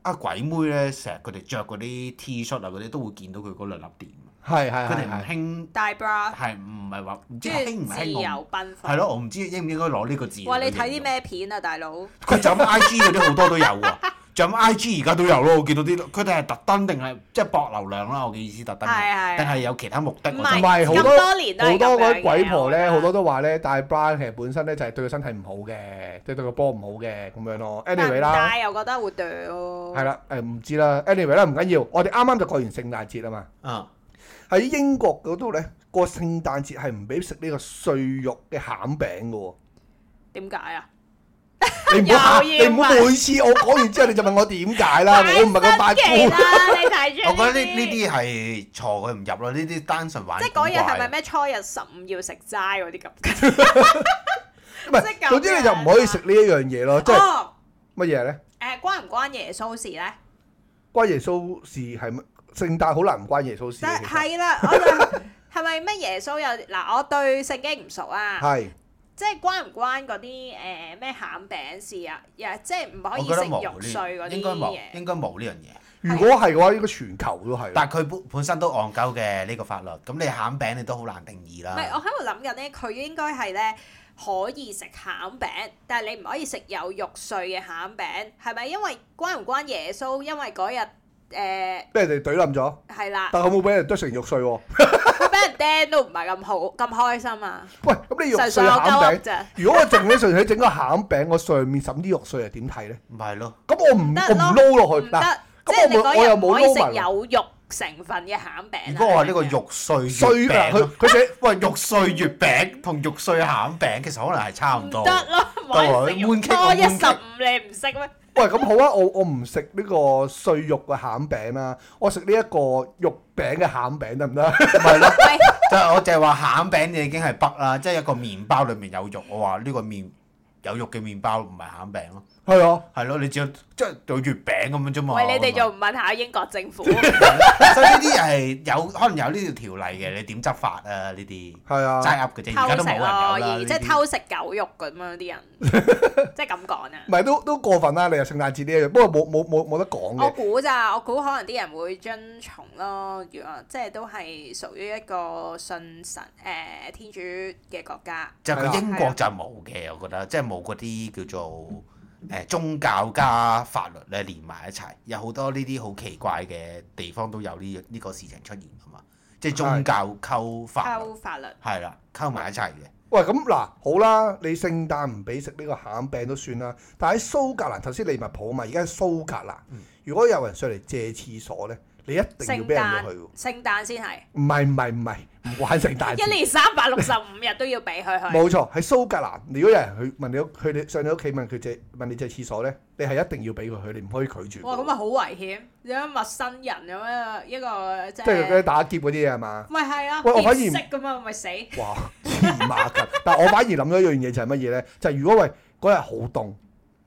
Speaker 3: 啊鬼妹咧，成日佢哋着嗰啲 T 恤啊嗰啲都會見到佢嗰兩粒點，
Speaker 1: 係係
Speaker 3: 佢哋
Speaker 1: 係
Speaker 3: 唔
Speaker 1: 係
Speaker 3: 興
Speaker 2: 大 bra，
Speaker 3: 係唔係話唔知
Speaker 2: 跟
Speaker 3: 興唔
Speaker 2: 住自
Speaker 3: 興我
Speaker 2: 由奔
Speaker 3: 係
Speaker 2: 放。
Speaker 3: 咯，我唔知應唔應該攞呢個字。
Speaker 2: 哇！你睇啲？咩片啊，大佬？
Speaker 3: 佢就咁 IG 嗰啲好多都有喎， 就咁 IG 而家都有咯。我見到啲佢哋係特登定係即係博流量啦。我嘅意思特登係，
Speaker 2: 係係
Speaker 3: 定係有其他目的？
Speaker 2: 唔
Speaker 3: 我
Speaker 1: 同
Speaker 3: 真
Speaker 2: 係
Speaker 1: 埋好
Speaker 2: 咁
Speaker 1: 多
Speaker 2: 多年都
Speaker 1: 好
Speaker 2: 係
Speaker 1: 多嗰
Speaker 2: 咁樣
Speaker 1: 啲
Speaker 2: 嘅
Speaker 1: 鬼婆咧，好多
Speaker 2: 都
Speaker 1: 都話咧，戴 bra 其實本身咧就係對個身體唔好嘅，即係對個波唔好嘅咁樣咯。anyway 啦，
Speaker 2: 但係又覺得會掉咯。
Speaker 1: 係啦，誒唔知啦，anyway 啦，唔緊要，我哋啱啱就過完聖誕節啊嘛，
Speaker 3: 嗯
Speaker 1: 喺英國嗰度咧過聖誕節係唔俾食呢個碎肉嘅餡餅嘅 喎。
Speaker 2: 點解啊？
Speaker 1: 你唔好
Speaker 2: 又
Speaker 1: 你
Speaker 2: 要
Speaker 1: 唔好每
Speaker 2: 問
Speaker 1: 次我講完之後你就問我點解 啦，我唔係咁八
Speaker 2: 太新奇
Speaker 1: 卦。
Speaker 2: 啦！你 睇住
Speaker 3: 我覺得呢呢
Speaker 2: 啲，
Speaker 3: 啲係錯佢唔入咯，呢啲單純玩
Speaker 2: 即係
Speaker 3: 古
Speaker 2: 嗰
Speaker 3: 怪啊
Speaker 2: 日係咪咩初日十五要食齋嗰啲咁？
Speaker 1: 唔係，總之你就唔可以食呢一樣嘢咯，即係
Speaker 2: 哦，
Speaker 1: 乜嘢咧？
Speaker 2: 誒關唔關耶穌事咧？
Speaker 1: 關耶穌事係乜？聖誕好難唔關耶穌事嘅啊
Speaker 2: 但
Speaker 1: 其實
Speaker 2: 係啦，我 就係咪咩耶穌有嗱？我對聖經唔熟啊，
Speaker 1: 係
Speaker 2: 即係關唔關嗰啲誒咩餡餅事啊？又即係唔可以
Speaker 3: 我覺得
Speaker 2: 食
Speaker 3: 冇
Speaker 2: 肉碎嗰
Speaker 3: 呢，
Speaker 2: 啲
Speaker 3: 應該冇，
Speaker 2: 嘢。
Speaker 3: 應該冇呢樣嘢。
Speaker 1: 如果係嘅話，應該全球都係。
Speaker 2: 啊
Speaker 3: 但係佢本本身都戇鳩嘅呢個法律，咁你餡餅你都好難定義
Speaker 2: 唔係，
Speaker 3: 啦。
Speaker 2: 我喺度諗緊咧，佢應該係咧可以食餡餅，但係你唔可以食有肉碎嘅餡餅，係咪？因為關唔關耶穌？因為嗰日誒
Speaker 1: 俾人哋懟冧咗，
Speaker 2: 係啦，
Speaker 1: 但係佢冇俾人剁成肉碎喎。
Speaker 2: 佢俾人釘都唔係咁好咁開心啊！
Speaker 1: 喂，咁你肉
Speaker 2: 純
Speaker 1: 碎
Speaker 2: 粹我鳩噏
Speaker 1: 餡餅，
Speaker 2: 啫，
Speaker 1: 如果我淨係純粹整個餡餅，我上面揼啲肉碎係點睇咧？
Speaker 3: 唔係咯，
Speaker 1: 咁我唔我
Speaker 2: 唔
Speaker 1: 唔
Speaker 2: 得咯嗯
Speaker 1: 撈落
Speaker 2: 唔
Speaker 1: 去嗱，
Speaker 2: 得，
Speaker 1: 咁
Speaker 2: 即係你
Speaker 1: 我冇我又
Speaker 2: 嗰日唔
Speaker 1: 冇
Speaker 2: 可以
Speaker 1: 撈埋
Speaker 2: 食有肉成分嘅餡餅啊。
Speaker 3: 如果我係呢個
Speaker 2: 咁樣
Speaker 3: 肉碎月
Speaker 1: 衰啊！
Speaker 3: 餅
Speaker 1: 佢
Speaker 3: 咯，
Speaker 1: 佢寫
Speaker 3: 喂肉碎月餅同肉碎餡餅其實可能係差唔多
Speaker 2: 唔。得咯，唔可以食咁
Speaker 3: 換劇
Speaker 2: 多
Speaker 3: 換
Speaker 2: 一
Speaker 3: 劇
Speaker 2: 十五，你唔識咩？
Speaker 1: 喂咁好啊！我我唔食呢個碎肉嘅餡餅啦，我食呢一個肉餅嘅餡餅得唔得？
Speaker 3: 咪咯，
Speaker 2: 喂，
Speaker 3: 就係我淨係話餡餅你已經係北啦，即係一個麵包裡面有肉，我話呢個麵有肉嘅麵包唔係餡餅咯，
Speaker 1: 係啊，
Speaker 3: 係咯，你只有即係有月餅咁樣啫嘛。
Speaker 2: 喂，你哋
Speaker 3: 咁啊
Speaker 2: 仲唔問下英國政府？
Speaker 3: 所以呢啲係有可能有呢條條例嘅，你點執法啊？呢啲
Speaker 1: 係啊
Speaker 3: 齋。噏嘅啫，而
Speaker 2: 偷
Speaker 3: 家都
Speaker 2: 食
Speaker 3: 冇人有
Speaker 2: 咯，
Speaker 3: 啦。
Speaker 2: 而
Speaker 3: 呢
Speaker 2: 即
Speaker 3: 啲
Speaker 2: 係偷食狗肉咁樣啲人，即係咁講啊
Speaker 1: 唔。係都都過分啦！你又聖誕節呢一樣，不過冇冇冇冇得講
Speaker 2: 我
Speaker 1: 嘅。
Speaker 2: 估咋，我估可能啲人會遵從咯。如果即係都係屬於一個信神誒、天主嘅國家，
Speaker 3: 就
Speaker 1: 係啊
Speaker 3: 佢英國就冇嘅，我覺得即係冇嗰啲叫做誒宗教加法律咧連埋一齊，有好多呢啲好奇怪嘅地方都有呢呢個事情出現啊嘛，即係宗教溝法律
Speaker 2: 溝法律。
Speaker 3: 係啦，溝埋一齊嘅，
Speaker 1: 喂，咁嗱，好啦，你聖誕唔俾食呢個餡餅都算啦。但喺蘇格蘭，頭先利物浦啊嘛，而家喺蘇格蘭，如果有人上嚟借廁所咧，你一定要
Speaker 2: 聖
Speaker 1: 俾人哋去
Speaker 2: 誕
Speaker 1: 喎。
Speaker 2: 聖誕先係
Speaker 1: 唔係唔係唔係，唔玩聖誕啊
Speaker 2: 一
Speaker 1: 節。
Speaker 2: 年三百六十五日都要俾佢去。
Speaker 1: 冇錯，喺蘇格蘭，如果有人去問你屋，去你上你屋企問佢借問你借廁所咧，你係一定要俾佢去，你唔可以拒絕
Speaker 2: 哇！咁
Speaker 1: 㗎。
Speaker 2: 啊好危險，有啲陌生人咁樣一個即
Speaker 1: 即係嗰啲
Speaker 2: 係，
Speaker 1: 打劫嗰啲嘢係嘛？
Speaker 2: 咪係啊，
Speaker 1: 喂我反而唔
Speaker 2: 唔識咁啊，咪死。
Speaker 1: 哇，黐孖筋！ 但係我反而諗咗一樣嘢就係乜嘢咧？就係、如果喂嗰日好凍，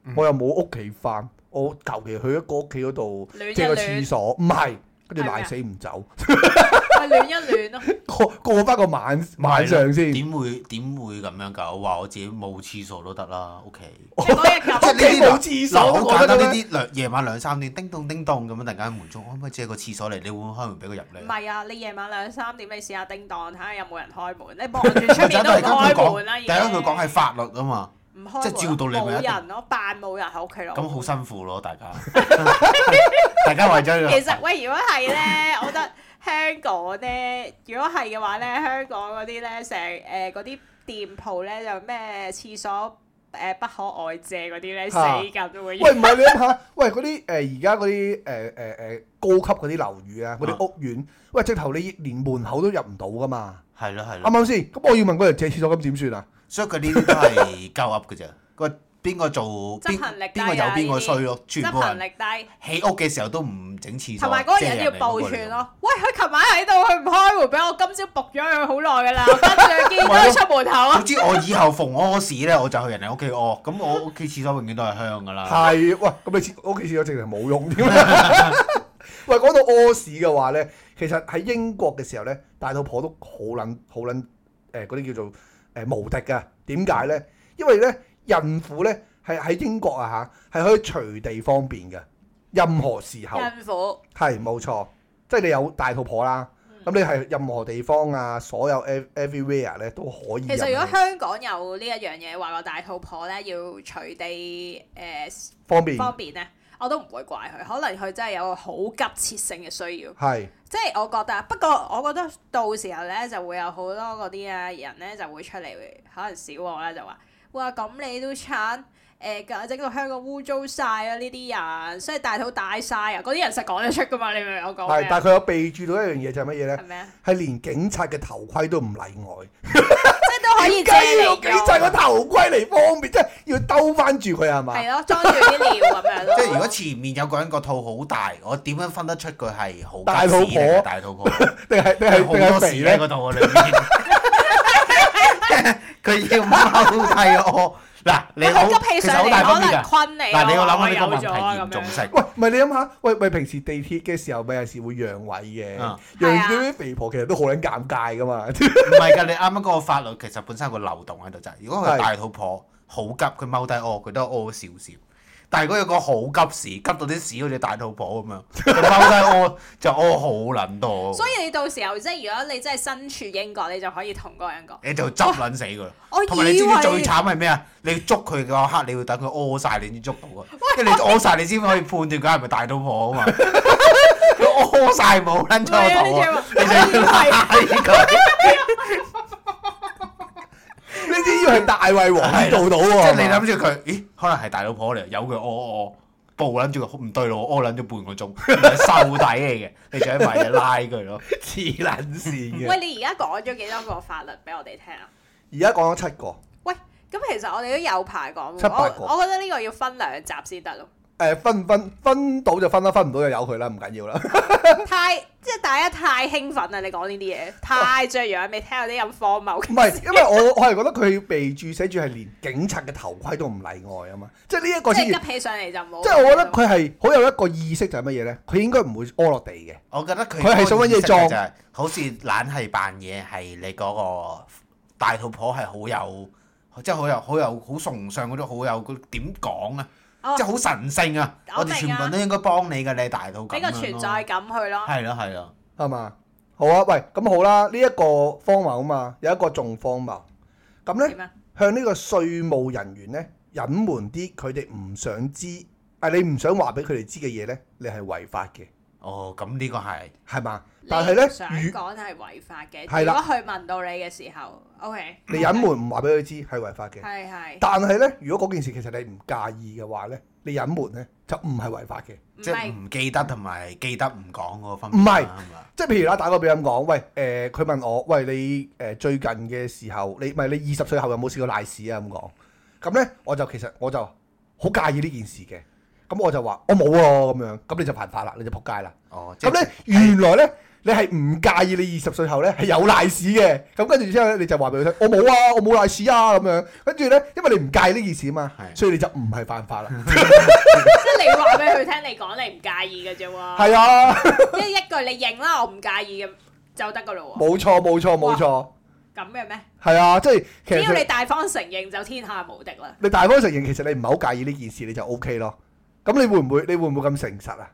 Speaker 3: 嗯
Speaker 1: 我又冇屋企翻，我求其去一個屋企嗰度
Speaker 2: 暖一
Speaker 1: 借個
Speaker 2: 暖
Speaker 1: 廁所，唔係跟住
Speaker 2: 係咩啊
Speaker 1: 賴死唔走，
Speaker 2: 咪暖一暖咯。
Speaker 1: 過過翻個晚晚上先。
Speaker 3: 點會點會咁樣㗎？我話我自己冇廁所都得啦，屋企。
Speaker 2: 即係嗰日咁
Speaker 1: 即係
Speaker 3: 呢啲
Speaker 1: 屋企冇廁所
Speaker 3: 嗱好
Speaker 1: 都覺
Speaker 3: 簡
Speaker 1: 得
Speaker 3: 單，
Speaker 1: 咩
Speaker 3: 呢啲兩夜晚兩三點叮咚叮咚咁樣，突然間門鐘，可唔可以借個廁所嚟？你會唔會開門俾佢入
Speaker 2: 唔
Speaker 3: 嚟？
Speaker 2: 係啊！你夜晚兩三點，你試下叮當，睇下有冇人開門。 你望住出面都唔
Speaker 3: 第一佢
Speaker 2: 開門啦，
Speaker 3: 講，
Speaker 2: 已
Speaker 3: 第一
Speaker 2: 經。
Speaker 3: 佢講係法律啊嘛，
Speaker 2: 唔開門啊，
Speaker 3: 即係照道理咪一
Speaker 2: 冇
Speaker 3: 定
Speaker 2: 人咯，扮冇人喺屋企咯。
Speaker 3: 咁好辛啊苦咯，大家， 大家為咗呢個
Speaker 2: 其實喂，如果係咧，我覺得香港咧，如果係嘅話咧，香港嗰啲咧成誒嗰啲店鋪咧就咩廁所誒不可外借嗰啲咧死
Speaker 1: 嚇
Speaker 2: 緊
Speaker 3: 哎
Speaker 2: 喎。
Speaker 1: 喂，唔係你諗下， 喂嗰啲誒而家嗰啲誒誒誒高級嗰啲樓宇啊，嗰啲屋苑，喂直頭你連門口都入唔到噶嘛，
Speaker 3: 係咯係
Speaker 1: 啱唔
Speaker 3: 咯，
Speaker 1: 啱先？咁我要問嗰人借廁所咁點算啊？
Speaker 3: 所以佢呢啲都係鳩噏嘅啫。個邊個做
Speaker 2: 執
Speaker 3: 邊
Speaker 2: 行力低
Speaker 3: 邊
Speaker 2: 啊
Speaker 3: 個有邊個衰咯，
Speaker 2: 執
Speaker 3: 全部
Speaker 2: 行
Speaker 3: 人
Speaker 2: 力低，
Speaker 3: 起屋嘅時候都唔整廁所，
Speaker 2: 同埋嗰個
Speaker 3: 即係
Speaker 2: 人要
Speaker 3: 嚟
Speaker 2: 報
Speaker 3: 嗰個嚟
Speaker 2: 串咯。喂，佢琴晚喺度，佢唔開門俾我，今朝仆咗佢好耐㗎啦，我跟住見到佢出門口啊
Speaker 3: 總。之我以後逢屙屎咧，我就去人哋屋企屙，咁我屋企廁所永遠都係香噶啦。
Speaker 1: 係，喂，咁你廁屋企廁所直情冇用 添。 喂，講到屙屎嘅話咧，其實喺英國嘅時候咧，大肚婆都好撚好撚誒嗰啲叫做誒、呃、無敵㗎。點解咧？因為咧孕婦咧係喺英國啊嚇，係可以隨地方便嘅，任何
Speaker 3: 啊
Speaker 1: 時候
Speaker 2: 孕婦
Speaker 1: 係冇錯。即係你有大肚婆啦，
Speaker 2: 嗯
Speaker 1: 咁你係任何地方啊，所有 ev- everywhere 咧都可以入
Speaker 2: 其
Speaker 1: 去。
Speaker 2: 實如果香港有呢一樣嘢話個大肚婆咧要隨地誒。
Speaker 1: 方便
Speaker 2: 方便
Speaker 3: 嗯
Speaker 2: 咧，我都唔會怪佢。可能佢真係有個好急切性嘅需要，
Speaker 1: 係
Speaker 2: 即係我覺得。不過我覺得到時候咧就會有好多嗰啲啊人咧就會出嚟，可能少我啦就話：哇咁你都慘誒，搞整到香港污糟晒啊！呢啲人，所以大肚大晒啊！嗰啲人實講得出噶嘛？你明唔明我講
Speaker 1: 係
Speaker 2: 咩，啊？
Speaker 1: 但係佢有備注到一樣嘢就係乜嘢咧
Speaker 2: 係？咪啊？
Speaker 1: 係連警察嘅頭盔都唔例外。
Speaker 2: 即係都可以
Speaker 1: 點
Speaker 2: 借
Speaker 1: 解要
Speaker 2: 嚟
Speaker 1: 用警察個
Speaker 2: 用，
Speaker 1: 頭盔嚟方便？即係要兜翻住佢係嘛？
Speaker 2: 係咯，啊裝住啲尿咁樣咯。
Speaker 3: 即 係如果前面有個人個肚好大，我點樣分得出佢係好
Speaker 1: 大肚
Speaker 3: 吉屎定
Speaker 1: 婆
Speaker 3: 係大肚婆？
Speaker 1: 定係定係
Speaker 3: 好
Speaker 1: 定係
Speaker 3: 多
Speaker 1: 肥
Speaker 3: 屎喺
Speaker 1: 咧？
Speaker 3: 嗰度啊！裏面佢要踎低我嗱，你好，
Speaker 2: 佢急氣
Speaker 3: 其實
Speaker 2: 上
Speaker 3: 好大
Speaker 2: 嚟，
Speaker 3: 分
Speaker 2: 可
Speaker 3: 別㗎
Speaker 2: 能。困你啊。
Speaker 3: 嗱，你要諗
Speaker 2: 我
Speaker 3: 下呢個
Speaker 2: 有
Speaker 3: 問題
Speaker 2: 咗啊咁
Speaker 3: 嚴重
Speaker 2: 樣
Speaker 3: 性。
Speaker 1: 喂，唔係你諗下，喂喂，平時地鐵嘅時候咪有時會讓位嘅，
Speaker 3: 啊
Speaker 1: 讓
Speaker 2: 係啊
Speaker 1: 啲肥婆其實都好撚尷尬噶 嘛。
Speaker 3: 唔係㗎，你啱啱嗰個法律其實本身有個漏洞喺度就係，如果佢
Speaker 1: 係
Speaker 3: 大肚婆好急，佢踎低屙，佢都屙少少。但係如果有個好急屎，急到啲屎好似大肚婆咁樣，佢踎低屙就屙好撚多，
Speaker 2: 所以你到時候即係如果你真係身處英國，你就可以同嗰個人講。
Speaker 3: 你就執撚死佢。
Speaker 2: 我
Speaker 3: 同埋你
Speaker 2: 以
Speaker 3: 知唔
Speaker 2: 為
Speaker 3: 知最慘係咩啊？你要捉佢嗰刻，你要等佢屙晒，你先捉到啊！因為你屙晒，你先可以判斷佢係咪大肚婆啊嘛。佢屙晒冇撚咗
Speaker 2: 係啊
Speaker 3: 頭啊！你
Speaker 2: 你
Speaker 3: 就
Speaker 2: 仲
Speaker 3: 要
Speaker 2: 話
Speaker 3: 拉佢，
Speaker 1: 呢啲要係大胃王先做到
Speaker 3: 即
Speaker 1: 喎。
Speaker 3: 係你諗住佢，咦？可能係大肚婆嚟，由佢屙屙。暴撚住佢唔對路，屙撚咗半個鐘，原來係瘦底嚟嘅，你仲喺埋嘢拉佢咯。
Speaker 1: 黐撚線嘅。
Speaker 2: 喂，你而家講咗幾多個法律俾我哋聽啊？
Speaker 1: 而家講咗七個，誒、
Speaker 2: 咁其實我哋都有排講喎，
Speaker 1: 七八個
Speaker 2: 我我覺得呢個要分兩集先得 咯。
Speaker 1: 分唔分分到就分啦，分唔到就由佢啦，唔緊 要啦。
Speaker 2: 太即係大家太興奮啦！你講呢啲嘢太雀躍，未聽過啲咁荒謬
Speaker 1: 唔
Speaker 2: 嘅
Speaker 1: 係，因為我我係覺得佢被注寫住係連警察嘅頭盔都唔例外啊嘛，即係呢一個
Speaker 2: 即
Speaker 1: 先至
Speaker 2: 係，急起上嚟就冇。
Speaker 1: 即係我覺得佢係好有一個意識就係乜嘢咧？佢應該唔會屙落地嘅。
Speaker 3: 我覺得佢
Speaker 1: 佢係想揾嘢撞
Speaker 3: 就係好似懶係扮嘢，係你嗰個大肚婆係好有，即係好有好有好崇尚嗰種，好有嗰點講啊，
Speaker 2: 哦
Speaker 3: 即係好啊神聖啊！
Speaker 2: 我
Speaker 3: 我
Speaker 2: 明啊
Speaker 3: 哋全部人都應該幫你嘅，你係大肚咁
Speaker 2: 俾
Speaker 3: 樣咯
Speaker 2: 個存在感去咯。
Speaker 3: 係咯係咯，
Speaker 1: 係嘛？好啊，喂，咁好啦，呢、一個荒謬啊嘛，有一個仲荒謬。咁
Speaker 2: 點
Speaker 1: 咧，
Speaker 2: 啊？
Speaker 1: 向呢個稅務人員咧隱瞞啲佢哋唔想知，啊你唔想話俾佢哋知嘅嘢咧，你係違法嘅，
Speaker 3: 哦咁呢個係
Speaker 1: 係嘛？
Speaker 2: 你
Speaker 1: 但係咧
Speaker 2: 唔，想
Speaker 1: 如
Speaker 2: 講係違法嘅。
Speaker 1: 係
Speaker 2: 如
Speaker 1: 啦
Speaker 2: 果佢問到你嘅時候，OK，
Speaker 1: 你隱瞞唔話俾佢知係違法嘅，
Speaker 2: 係係，
Speaker 1: 但係咧，如果嗰件事其實你唔介意嘅話咧，你隱瞞咧就唔係違法嘅。
Speaker 2: 唔
Speaker 3: 即係
Speaker 2: 係
Speaker 3: 唔記得同埋記得唔講嗰個分
Speaker 1: 唔
Speaker 3: 別
Speaker 1: 係
Speaker 3: 啦係嘛
Speaker 1: 即係譬如啦，打個比咁講，喂，誒、佢問我，喂，你誒、最近嘅時候，你唔係你二十歲後有冇試過賴屎啊？咁講，咁咧我就其實我就好介意呢件事嘅，咁我就話我冇喎咁樣，咁你就犯法啦，你就仆街啦。
Speaker 3: 哦，即
Speaker 1: 咁
Speaker 3: 係
Speaker 1: 咧原來咧你係唔介意你二十歲後咧係有賴屎嘅，咁跟住之後咧你就話俾佢聽，我冇啊，我冇賴屎啊咁樣，跟住咧因為你唔介意呢件事啊嘛，
Speaker 3: 係
Speaker 1: 所以你就唔係犯法啦。
Speaker 2: 即係你話俾佢聽，你講你唔介意嘅啫喎。
Speaker 1: 係啊，
Speaker 2: 即係一句你認啦，我唔介意嘅就得噶咯喎。
Speaker 1: 冇錯冇錯冇錯，
Speaker 2: 咁嘅咩？
Speaker 1: 係啊，即係其
Speaker 2: 只
Speaker 1: 實
Speaker 2: 要
Speaker 1: 佢
Speaker 2: 你大方承認，就天下無敵啦。
Speaker 1: 你大方承認，其實你唔係好介意呢件事，你就 O K 咯。咁你會唔會？你會唔會咁誠實啊？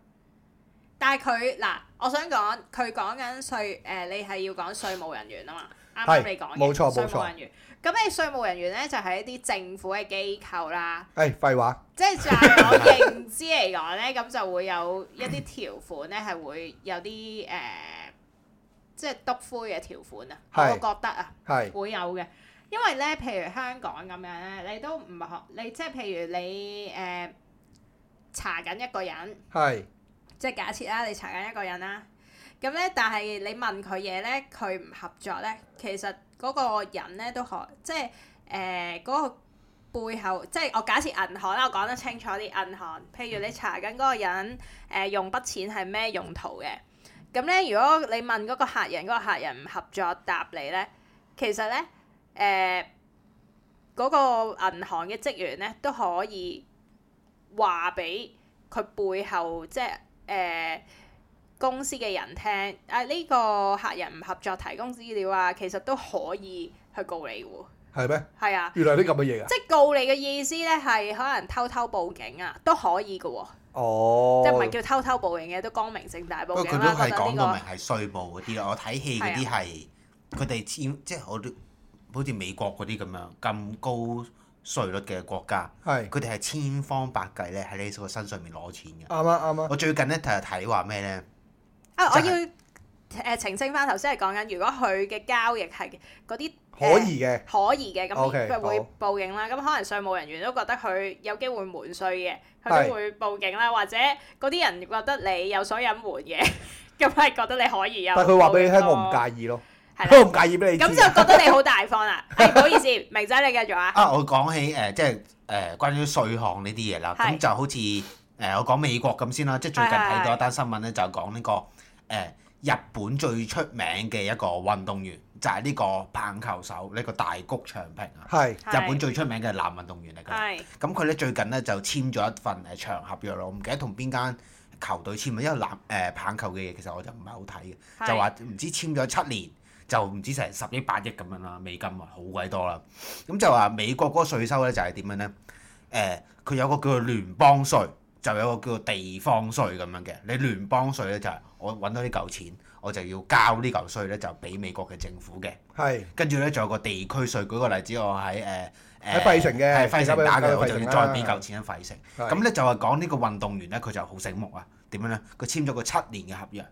Speaker 2: 但係佢嗱，我想講佢講緊稅誒，你係要講稅務人員啊嘛，啱啱
Speaker 1: 係
Speaker 2: 你講嘅
Speaker 1: 冇錯冇
Speaker 2: 稅務
Speaker 1: 錯
Speaker 2: 人員。咁你稅務人員咧就係一啲政府嘅機構啦，
Speaker 1: 誒、廢話，
Speaker 2: 即係就係我認知嚟講咧，咁就會有一啲條款咧係會有啲誒、呃即係篤灰嘅條款啊，
Speaker 1: 係
Speaker 2: 我覺得啊。
Speaker 1: 係
Speaker 2: 會有嘅，因為咧，譬如香港咁樣咧，你都唔學，你即係譬如你誒、呃查緊一個人，
Speaker 1: 係
Speaker 2: 即係假設啦，你查緊一個人啦，咁咧，但係你問佢嘢咧，佢唔合作咧，其實嗰個人咧都可，即係誒嗰個。背後即係我假設銀行啦，我講得清楚啲銀行。譬如你查緊嗰個人誒、呃用筆錢係咩用途嘅，咁咧如果你問嗰個客人，嗰、個客人唔合作答你咧，其實咧誒。呃嗰個銀行嘅職員咧都可以話俾佢背後即係誒、呃公司嘅人聽，啊呢、個客人唔合作提供資料啊，其實都可以去告你嘅喎，
Speaker 1: 係咩？
Speaker 2: 係啊，
Speaker 1: 原來啲咁嘅嘢啊！
Speaker 2: 即係告你嘅意思咧係可能偷偷報警啊，都可以嘅喎，
Speaker 1: 哦
Speaker 2: 即係唔係叫偷偷報警嘅，都光明正大
Speaker 3: 不
Speaker 2: 報
Speaker 3: 過
Speaker 2: 警
Speaker 3: 佢都
Speaker 2: 啦，
Speaker 3: 係
Speaker 2: 覺得
Speaker 3: 講
Speaker 2: 呢
Speaker 3: 到明
Speaker 2: 個
Speaker 3: 係稅務嗰啲啦，我睇戲嗰啲
Speaker 2: 啊
Speaker 3: 係佢哋簽，即係我都好似美國嗰啲咁樣咁高稅率嘅國家，
Speaker 1: 係
Speaker 3: 佢哋係千方百計咧喺你個身上面攞錢嘅。
Speaker 1: 啱啊啱啊！
Speaker 3: 我最近咧就係睇話咩咧？
Speaker 2: 啊，我
Speaker 3: 就
Speaker 2: 要誒澄清翻頭先係講緊，如果佢嘅交易係嗰啲
Speaker 1: 可以嘅，
Speaker 2: 可疑嘅，咁
Speaker 1: OK，
Speaker 2: 佢會
Speaker 1: 好
Speaker 2: 報警啦。咁可能稅務人員都覺得佢有機會瞞稅嘅，佢
Speaker 1: 係
Speaker 2: 都會報警啦。或者嗰啲人覺得你有所隱瞞嘅， 咁係覺得你可疑又。
Speaker 1: 但係佢話俾你聽，我唔
Speaker 2: 意。
Speaker 1: 介意咯，
Speaker 2: 係
Speaker 1: 我
Speaker 2: 啦，
Speaker 1: 唔介意俾你知
Speaker 2: 咁。就覺得你好大方啦。係唔好意思，明仔你繼續啊。
Speaker 3: 啊，我講起誒、呃即係誒、呃、關於稅項呢啲嘢啦，
Speaker 2: 係
Speaker 3: 咁就好似誒、呃我講美國咁先啦，即係最近睇到一單新聞咧，就講呢、個誒、呃日本最出名嘅一個運動員就係、呢個棒球手呢、個大谷翔平啊，
Speaker 1: 係
Speaker 2: 係啊
Speaker 3: 日本最出名嘅男運動員嚟㗎。
Speaker 2: 係
Speaker 3: 咁佢咧最近咧就簽咗一份誒長合約咯，我唔記得同邊間球隊簽啊，因為籃誒、棒球嘅嘢其實我就唔係好睇嘅，
Speaker 2: 係
Speaker 3: 就話唔知簽咗七年，就唔知成十億八億咁樣啦，美金啊好鬼多啦。咁就話美國嗰個稅收咧就係點樣咧？誒、佢有個叫做聯邦稅，就有個叫做地方稅咁樣嘅。你聯邦稅咧就係、我揾到呢嚿錢，我就要交呢嚿稅咧就俾美國嘅政府嘅。
Speaker 1: 係
Speaker 3: 跟住咧仲有個地區稅，舉個例子，我喺誒誒
Speaker 1: 喺費城嘅
Speaker 3: 係費城打
Speaker 1: 交俾
Speaker 3: 嘅，我就
Speaker 1: 費城
Speaker 3: 要
Speaker 1: 啦
Speaker 3: 再俾嚿錢喺費城。咁
Speaker 1: 咁
Speaker 3: 咧就係講呢個運動員咧，佢就好醒目啊！點樣咧？佢簽咗個七年嘅合約，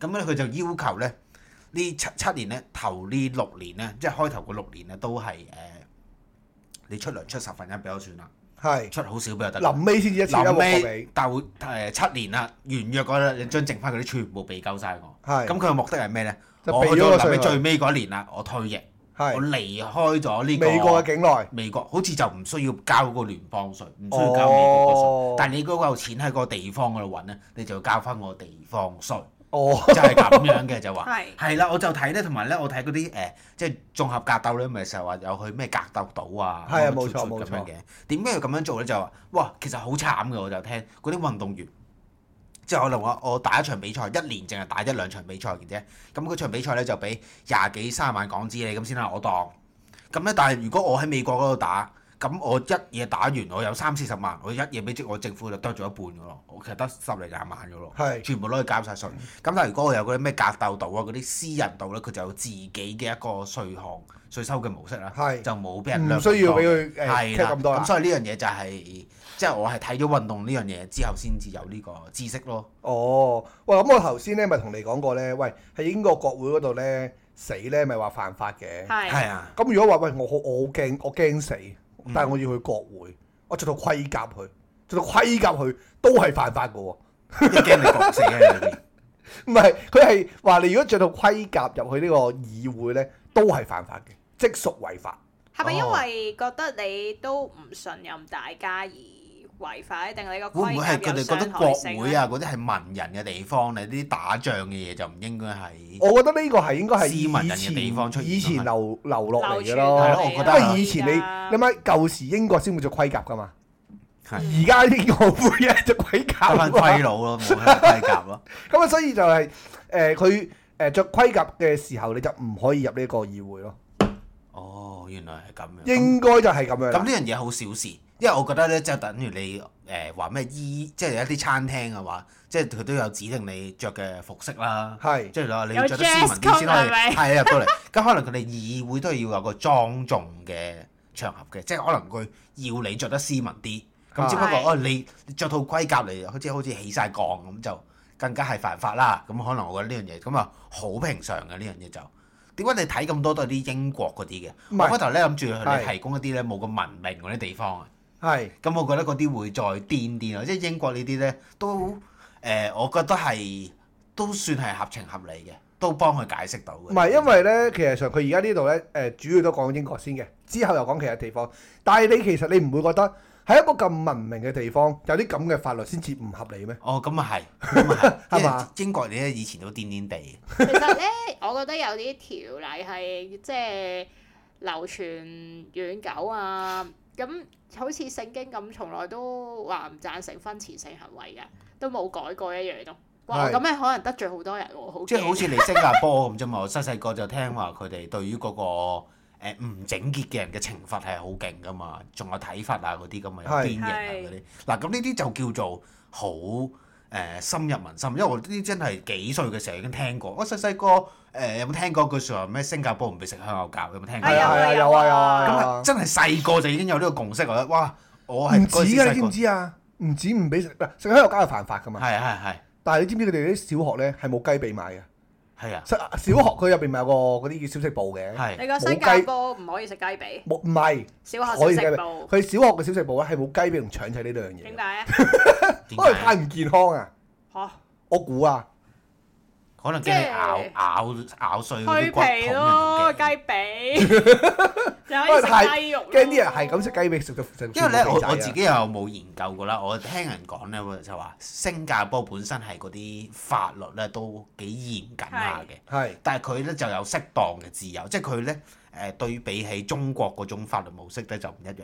Speaker 3: 咁咧佢就要求咧呢七七年咧頭呢六年咧，即係開頭嗰六年咧都係誒、呃你出糧出十分一俾我算啦，
Speaker 1: 係
Speaker 3: 出好少俾我得㗎。
Speaker 1: 臨尾先至一次啦，
Speaker 3: 臨
Speaker 1: 鑊
Speaker 3: 尾
Speaker 1: 尾
Speaker 3: 鬥誒七年啦，完約嗰日，將剩翻嗰啲全部避鳩晒我。
Speaker 1: 係
Speaker 3: 咁佢嘅目的係咩咧？
Speaker 1: 就
Speaker 3: 我
Speaker 1: 避
Speaker 3: 去
Speaker 1: 咗
Speaker 3: 到
Speaker 1: 個
Speaker 3: 臨尾
Speaker 1: 稅
Speaker 3: 最尾嗰一年啦，我退役，我
Speaker 1: 係
Speaker 3: 離開咗呢個啊
Speaker 1: 美國嘅境內，
Speaker 3: 美國好似就唔需要交嗰個聯邦稅，唔需要交美國個稅。
Speaker 1: 哦
Speaker 3: 但係你嗰嚿錢喺個地方嗰度揾咧，你就要交翻個地方稅，
Speaker 1: 哦，
Speaker 3: 就係咁樣嘅就話。
Speaker 2: 係
Speaker 3: 係啦，我就睇咧，同埋咧，我睇嗰啲誒，即係綜合格鬥咧，咪成日話有去咩格鬥島啊，
Speaker 1: 係啊
Speaker 3: 乜
Speaker 1: 冇錯
Speaker 3: 乜
Speaker 1: 冇
Speaker 3: 咁樣
Speaker 1: 錯
Speaker 3: 嘅。點解要咁樣做咧？就話哇，其實好慘嘅，我就聽嗰啲運動員，即係可能我我打一場比賽，一年淨係打一兩場比賽嘅啫。咁嗰場比賽咧就俾廿幾三十萬港紙你咁先啦，我當。咁咧，但係如果我喺美國嗰度打，咁我一嘢打完，我有三四十萬，我一嘢俾職我政府就得咗一半嘅咯，我其實得十零廿萬嘅咯。
Speaker 1: 係
Speaker 3: 全部攞去交晒稅。咁但係如果我有嗰啲咩格鬥道啊、嗰啲私人道咧，佢就有自己嘅一個稅項、稅收嘅模式啦，
Speaker 1: 係
Speaker 3: 就冇俾人掠
Speaker 1: 唔需要
Speaker 3: 咁多
Speaker 1: 俾佢誒
Speaker 3: 係
Speaker 1: cut
Speaker 3: 啦。
Speaker 1: 咁多啦
Speaker 3: 咁。啊所以呢樣嘢就係、即係我係睇咗運動呢樣嘢之後先至有呢個知識咯。
Speaker 1: 哦，喂，咁我頭先咧咪同你講過咧，喂，喺英國國會嗰度咧死咧咪話犯法嘅。
Speaker 2: 係
Speaker 3: 係啊，
Speaker 1: 咁如果話喂我好我好驚，我驚死，但係我要去國會，我着到盔甲去，着到盔甲去都係犯法嘅喎。
Speaker 3: 一驚你焗死喺裏邊。
Speaker 1: 唔係，佢係話你如果着到盔甲入去呢個議會咧，都係犯法嘅，即屬違法。
Speaker 2: 係咪因
Speaker 3: 哦
Speaker 2: 為覺得你都唔信任大家而違法，定你個
Speaker 3: 會
Speaker 2: 規
Speaker 3: 唔會
Speaker 2: 格
Speaker 3: 係佢
Speaker 2: 有
Speaker 3: 哋覺得
Speaker 2: 傷
Speaker 3: 國
Speaker 2: 害性
Speaker 3: 會
Speaker 2: 咧？
Speaker 3: 啊嗰啲係文人嘅地方，你啲打仗嘅嘢就唔應該係。
Speaker 1: 我覺得呢個係應該係
Speaker 3: 斯文人嘅
Speaker 1: 以前
Speaker 3: 地方出現
Speaker 1: 以前流流落嚟嘅
Speaker 3: 流傳落
Speaker 1: 咯
Speaker 3: 嚟。我覺
Speaker 1: 因
Speaker 3: 得啊
Speaker 1: 為以前你你咪舊時英國先會着盔甲噶嘛，
Speaker 3: 係
Speaker 1: 而家英國會一着盔甲㗎
Speaker 3: 得翻
Speaker 1: 嘛
Speaker 3: 盔佬咯，冇得盔甲咯。
Speaker 1: 咁啊，所以就係誒佢誒着盔甲嘅時候，你就唔可以入呢個議會咯。
Speaker 3: 哦，原來係咁樣。
Speaker 1: 應該就係咁樣
Speaker 3: 咁
Speaker 1: 啦。
Speaker 3: 呢樣嘢好小事，因為我覺得咧，即係等於你誒話咩衣，即係有一啲餐廳嘅話，即係佢都有指定你着嘅服飾啦。
Speaker 1: 係
Speaker 3: 即係話你
Speaker 4: 有
Speaker 3: 要着得斯文啲
Speaker 4: dress
Speaker 3: 先可以
Speaker 4: code 係咪
Speaker 3: 係啊入到嚟。 咁可能佢哋議會都係要有個莊重嘅場合嘅，即係可能佢要你着得斯文啲。咁
Speaker 1: 啊
Speaker 3: 只不
Speaker 2: 係
Speaker 3: 過哦，你你着套盔甲嚟，好似好似起晒槓咁就更加係犯法啦。咁可能我覺得呢樣嘢咁啊好平常嘅呢樣嘢就。點解你睇咁多都係啲英國嗰啲嘅？
Speaker 1: 唔
Speaker 3: 我
Speaker 1: 係
Speaker 3: 開頭咧諗住佢
Speaker 1: 係
Speaker 3: 提供一啲咧冇咁文明嗰啲地方啊，
Speaker 1: 係
Speaker 3: 咁我覺得嗰啲會再癲啲啊！即係英國呢啲咧都誒、呃我覺得係都算係合情合理嘅，都幫佢解釋到嘅。
Speaker 1: 唔係因為咧，其實上佢而家呢度咧誒，主要都講英國先嘅，之後又講其他地方。但係你其實你唔會覺得喺一個咁文明嘅地方有啲咁嘅法律先至唔合理咩？
Speaker 3: 哦，咁啊係，咁啊
Speaker 1: 係
Speaker 3: 係，因為
Speaker 1: 嘛
Speaker 3: 英國你咧以前都癲癲地，
Speaker 2: 其實咧， 我覺得有啲條例係即係流傳遠久啊，咁好似聖經咁，從來都話唔贊成婚前性行為嘅，都冇改過一樣咯。哇！
Speaker 1: 係
Speaker 2: 咁你可能得罪好多人喎，好
Speaker 3: 即係好
Speaker 2: 似
Speaker 3: 似你新加坡咁啫嘛。我細細個就聽話佢哋對於嗰、個呃唔整潔嘅人嘅懲罰係好勁噶嘛，仲有體罰啊嗰啲咁嘛，有
Speaker 1: 係
Speaker 3: 鞭刑啊嗰啲。嗱咁呢啲就叫做好誒、呃深入民心，因為我呢啲真係幾歲嘅時候已經聽過。我細細個呃誒有冇聽過句説話咩？新加坡唔俾食香口膠，有冇聽過？
Speaker 2: 係
Speaker 1: 係
Speaker 2: 啊
Speaker 1: 啊有啊有啊有
Speaker 3: 咁
Speaker 1: 啊
Speaker 3: 係！真係細個就已經有呢個共識啦。哇！我係
Speaker 1: 唔止
Speaker 3: 嗰陣時細
Speaker 1: 㗎，
Speaker 3: 個
Speaker 1: 你知唔？知啊？唔止唔俾食嗱食香口膠係犯法㗎嘛。
Speaker 3: 係係係
Speaker 1: 但係你知唔知佢哋啲小學咧係冇雞髀買嘅？
Speaker 3: 係啊
Speaker 1: 小小學佢入邊咪有個嗰啲叫小食部嘅，
Speaker 3: 係。啊
Speaker 2: 你個新加坡唔可以食雞髀，
Speaker 1: 冇唔係
Speaker 2: 小學
Speaker 1: 可以
Speaker 2: 小
Speaker 1: 雞
Speaker 2: 食
Speaker 1: 髀。
Speaker 2: 部，
Speaker 1: 佢小學嘅小食部咧係冇雞髀同腸仔呢兩樣嘢
Speaker 2: 點解啊？
Speaker 1: 嘅，
Speaker 3: 點
Speaker 1: 因為太
Speaker 3: 解？
Speaker 1: 唔健康啊！
Speaker 2: 嚇！
Speaker 1: 我估啊，
Speaker 3: 可能驚你
Speaker 2: 即係
Speaker 3: 咬咬咬碎嗰
Speaker 2: 去
Speaker 3: 啲骨
Speaker 2: 皮
Speaker 3: 痛
Speaker 2: 咯，
Speaker 3: 人哋驚
Speaker 2: 雞髀，就可以食雞肉咯。
Speaker 1: 驚啲人係咁食雞髀食到食到
Speaker 3: 因為咧，
Speaker 1: 肥
Speaker 3: 我
Speaker 1: 仔啊
Speaker 3: 我自己又冇研究過啦，我聽人講咧就話新加坡本身係嗰啲法律咧都幾嚴謹下嘅，
Speaker 1: 係
Speaker 3: 但係佢咧就有適當嘅自由，即係佢咧誒對比起中國嗰種法律模式咧就唔一樣，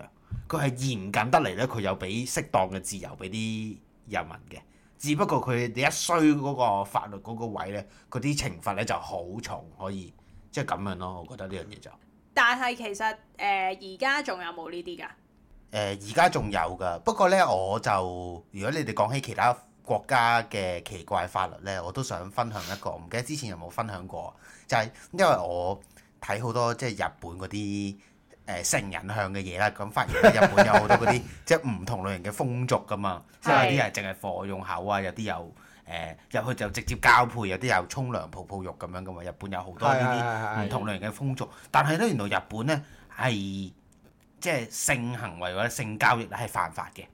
Speaker 3: 佢係嚴謹得嚟咧，佢有俾適當嘅自由俾啲人民嘅，只不過佢你一衰嗰個法律嗰個位咧，嗰啲懲罰咧就好重，可以即係咁樣咯，我覺得呢樣嘢就。
Speaker 2: 但係其實誒而家仲有冇呢啲㗎？
Speaker 3: 誒而家仲有㗎，不過呢，我就如果你哋講起其他國家嘅奇怪法律呢，我都想分享一個，唔記得之前有冇分享過，就係、因為我睇好多即係日本嗰啲誒成人向嘅嘢啦，咁發現咧日本有好多嗰啲即係唔同類型嘅風俗㗎嘛，即係有啲人淨係貨用口啊，有啲又誒入去就直接交配，有啲又沖涼泡泡浴咁樣㗎嘛，日本有好多呢
Speaker 1: 係係
Speaker 3: 啲。
Speaker 1: 係
Speaker 3: 唔同類型嘅風俗，但係咧原來日本咧係即係性行為或者性交易咧係犯法嘅，